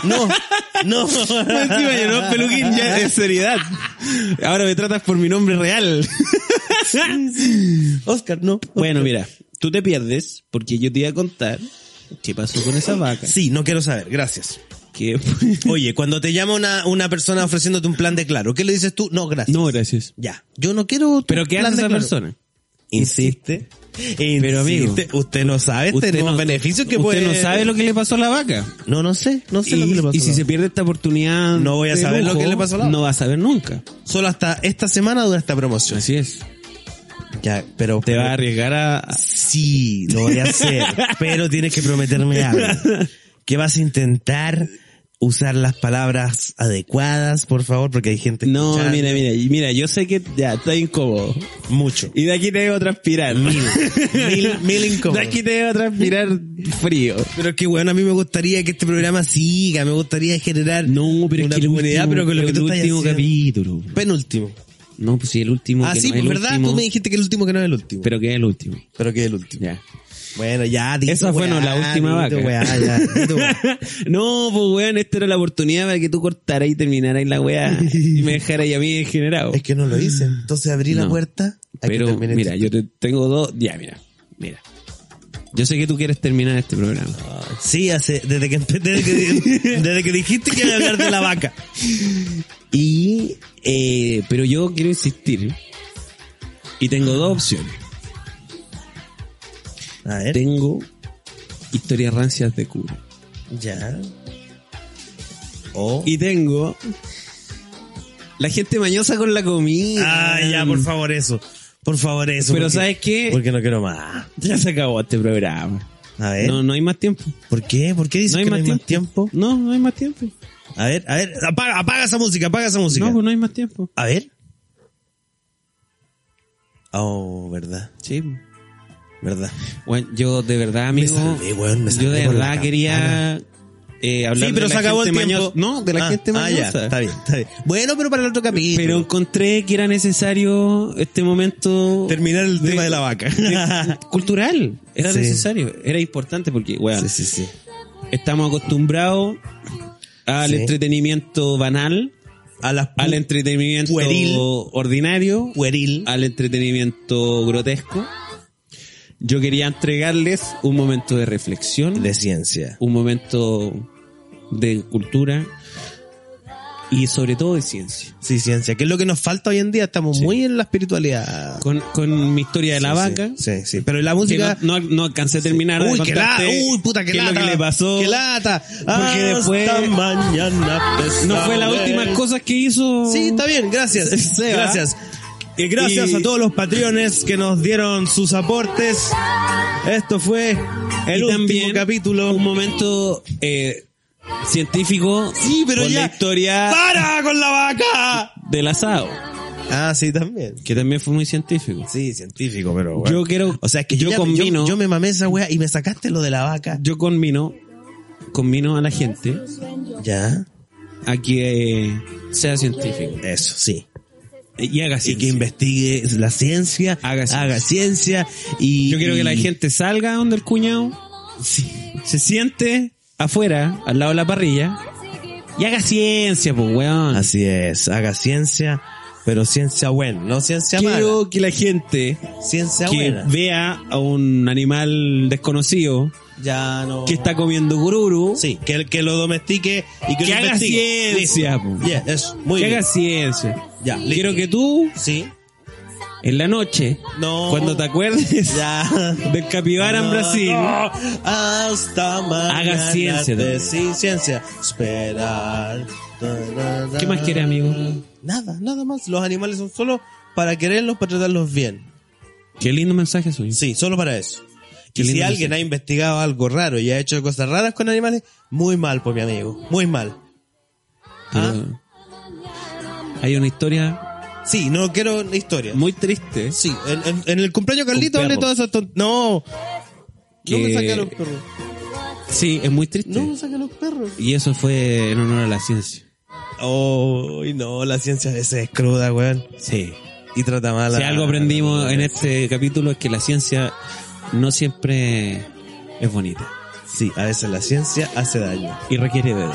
D: No, no.
C: Encima yo no, peluquín, ya es seriedad. Ahora me tratas por mi nombre real.
D: Oscar, no.
C: Bueno, mira, tú te pierdes porque yo te iba a contar qué pasó con esa vaca.
D: Sí, no quiero saber, gracias.
C: Que
D: Oye, cuando te llama una, una persona ofreciéndote un plan de claro, ¿qué le dices tú? No, gracias.
C: no, gracias.
D: Ya. Yo no quiero. tu
C: Pero ¿qué
D: plan
C: hace
D: de
C: esa
D: Claro.
C: persona?
D: Insiste. Pero amigo,
C: Insiste.
D: usted Este no sabe
C: Usted
D: los
C: no,
D: beneficios que
C: usted
D: puede.
C: no sabe lo que le pasó a la vaca.
D: No, no sé, no sé
C: y,
D: lo que le pasó.
C: y si se pierde esta oportunidad,
D: No voy a
C: de
D: saber lo que le pasó a la vaca.
C: No va a saber nunca.
D: Solo hasta esta semana dura esta promoción.
C: Así es.
D: Ya, pero
C: Te va a arriesgar a. a-
D: Sí, lo voy a hacer, pero tienes que prometerme algo. Que vas a intentar usar las palabras adecuadas, por favor, porque hay gente
C: No,
D: escuchando.
C: mira, mira, y mira, yo sé que ya está incómodo.
D: mucho.
C: Y de aquí te debo transpirar.
D: Mil, mil
C: de
D: incómodos.
C: aquí te debo transpirar frío.
D: Pero es que bueno, a mí me gustaría que este programa siga, me gustaría generar
C: No, pero
D: una
C: es que el
D: comunidad,
C: último,
D: pero con lo que
C: el
D: tú estás
C: último
D: haciendo.
C: capítulo.
D: Penúltimo.
C: No, pues si el último.
D: Ah,
C: que
D: sí,
C: no es el
D: ¿verdad?
C: último,
D: Tú me dijiste que el último que no es el último.
C: Pero que es el último.
D: Pero que es el último.
C: Ya.
D: Bueno, ya, dito,
C: Esa fue no,
D: weá,
C: la última
D: dito,
C: vaca.
D: weá, ya, dito, weá.
C: no, pues weón, esta era la oportunidad para que tú cortaras y terminaras la weá y me dejaras a mí degenerado.
D: Es que no lo hice. Entonces abrí la
C: Mm. No.
D: puerta. a que
C: Pero
D: termine
C: mira,
D: esto.
C: yo te tengo dos. Ya, mira, mira. Yo sé que tú quieres terminar este programa.
D: Sí, hace, desde que, empe- desde que, desde que dijiste que iba a hablar de la vaca.
C: Y, eh, pero yo quiero insistir. Y tengo dos opciones.
D: A ver.
C: Tengo historias rancias de cura.
D: Ya. Oh. O.
C: Y tengo la gente mañosa con la comida.
D: Ah, ya, por favor, eso. Por favor, eso.
C: Pero
D: porque-
C: ¿sabes qué?
D: Porque no quiero más.
C: Ya se acabó este programa.
D: A ver.
C: No, no hay más tiempo.
D: ¿Por qué? ¿Por qué ¿Eh? dices
C: No hay
D: que
C: más
D: no hay más tiempo?
C: No, no hay más tiempo.
D: A ver, a ver. Apaga, apaga esa música, apaga esa música.
C: No, pues no hay más tiempo.
D: A ver. Oh, verdad,
C: Sí.
D: verdad.
C: Bueno, yo de verdad, amigo.
D: salvé, weón, me
C: yo
D: salvé
C: de
D: por la
C: verdad
D: campana.
C: quería eh, hablar
D: sí, pero
C: de la
D: se acabó el
C: gente
D: tiempo.
C: mañosa. No, de la
D: Ah,
C: gente mañosa.
D: Ah, ya, está bien, está bien. Bueno, pero para el otro capítulo.
C: Pero encontré que era necesario este momento
D: terminar el tema de la vaca.
C: cultural. Era
D: Sí.
C: necesario, era importante porque, weón,
D: sí, sí, sí.
C: estamos acostumbrados al
D: Sí.
C: entretenimiento banal,
D: A las
C: al entretenimiento
D: Pueril.
C: ordinario,
D: pueril.
C: al entretenimiento grotesco. Yo quería entregarles un momento de reflexión,
D: de ciencia.
C: un momento de cultura y sobre todo de ciencia.
D: Sí, ciencia, que es lo que nos falta hoy en día. Estamos
C: Sí.
D: muy en la espiritualidad.
C: Con, con mi historia de la
D: Sí,
C: vaca.
D: Sí, sí, sí. Pero la
C: Que
D: música.
C: no, no, no alcancé a terminar. de
D: uy, qué lata.
C: contarte
D: Uy, puta, qué,
C: qué es
D: lata.
C: lo que le pasó.
D: Qué lata.
C: Porque después-
D: Hasta mañana. te
C: No fue la
D: sabré.
C: última cosa que hizo.
D: Sí, está bien, gracias.
C: Se va.
D: Gracias. Y gracias
C: Y-
D: a todos los patriones que nos dieron sus aportes. Esto fue el
C: Y
D: último
C: también
D: capítulo.
C: Un momento eh, científico.
D: Sí, pero
C: con
D: ya.
C: la historia
D: ¡Para con la vaca!
C: del asado,
D: Ah, sí, también.
C: que también fue muy científico.
D: Sí, científico, pero
C: Yo quiero,
D: O sea, es que yo,
C: yo
D: ya-
C: combino,
D: yo,
C: yo,
D: yo me mamé esa wea y me sacaste lo de la vaca.
C: combino, combino a la gente
D: Ya.
C: a que eh, sea científico
D: Eso, sí.
C: y haga
D: Y que
C: ciencia.
D: investigue la ciencia,
C: Haga ciencia.
D: ciencia y...
C: Yo quiero que la
D: y-
C: gente salga donde el cuñado se siente afuera, al lado de la parrilla, y haga ciencia, pues, weón.
D: Así es, haga ciencia, pero ciencia buena, no ciencia
C: Quiero que la gente
D: mala. Ciencia
C: que
D: buena.
C: vea a un animal desconocido
D: Ya no...
C: que está comiendo gururu,
D: Sí, que, el- que lo domestique y que,
C: que
D: lo
C: haga
D: investigue.
C: ciencia,
D: Listo.
C: po.
D: Yeah, eso, muy
C: que
D: bien.
C: haga ciencia.
D: Ya, listo.
C: Quiero que tú,
D: Sí.
C: en la noche,
D: No.
C: cuando te acuerdes
D: Ya.
C: del capibara en
D: No,
C: Brasil,
D: no. Hasta mañana.
C: Haga ciencia
D: te-
C: también.
D: Sí, ciencia. Esperar.
C: ¿qué más quiere, amigo?
D: Nada, nada más. Los animales son solo para quererlos, para tratarlos bien.
C: Qué lindo mensaje suyo.
D: Sí, solo para eso.
C: Qué
D: Y si
C: lindo
D: alguien
C: mensaje.
D: ha investigado algo raro y ha hecho cosas raras con animales, muy mal, pues mi amigo. Muy mal. Ah.
C: Pero hay una historia
D: Ah, Sí, no quiero historia.
C: muy triste.
D: Sí, en, en- en el cumpleaños de Carlito
C: Con
D: hablé
C: perros.
D: todas esas ton- No. No me
C: Que-
D: saca los perros.
C: Sí, es muy triste.
D: No me saca los perros.
C: Y eso fue en honor a la ciencia.
D: Oh, no, la ciencia a veces es cruda, weón.
C: Sí.
D: Y trata mal a-
C: Si algo aprendimos en este capítulo es que la ciencia no siempre es bonita
D: Sí, a veces la ciencia hace daño.
C: este- y requiere dedos.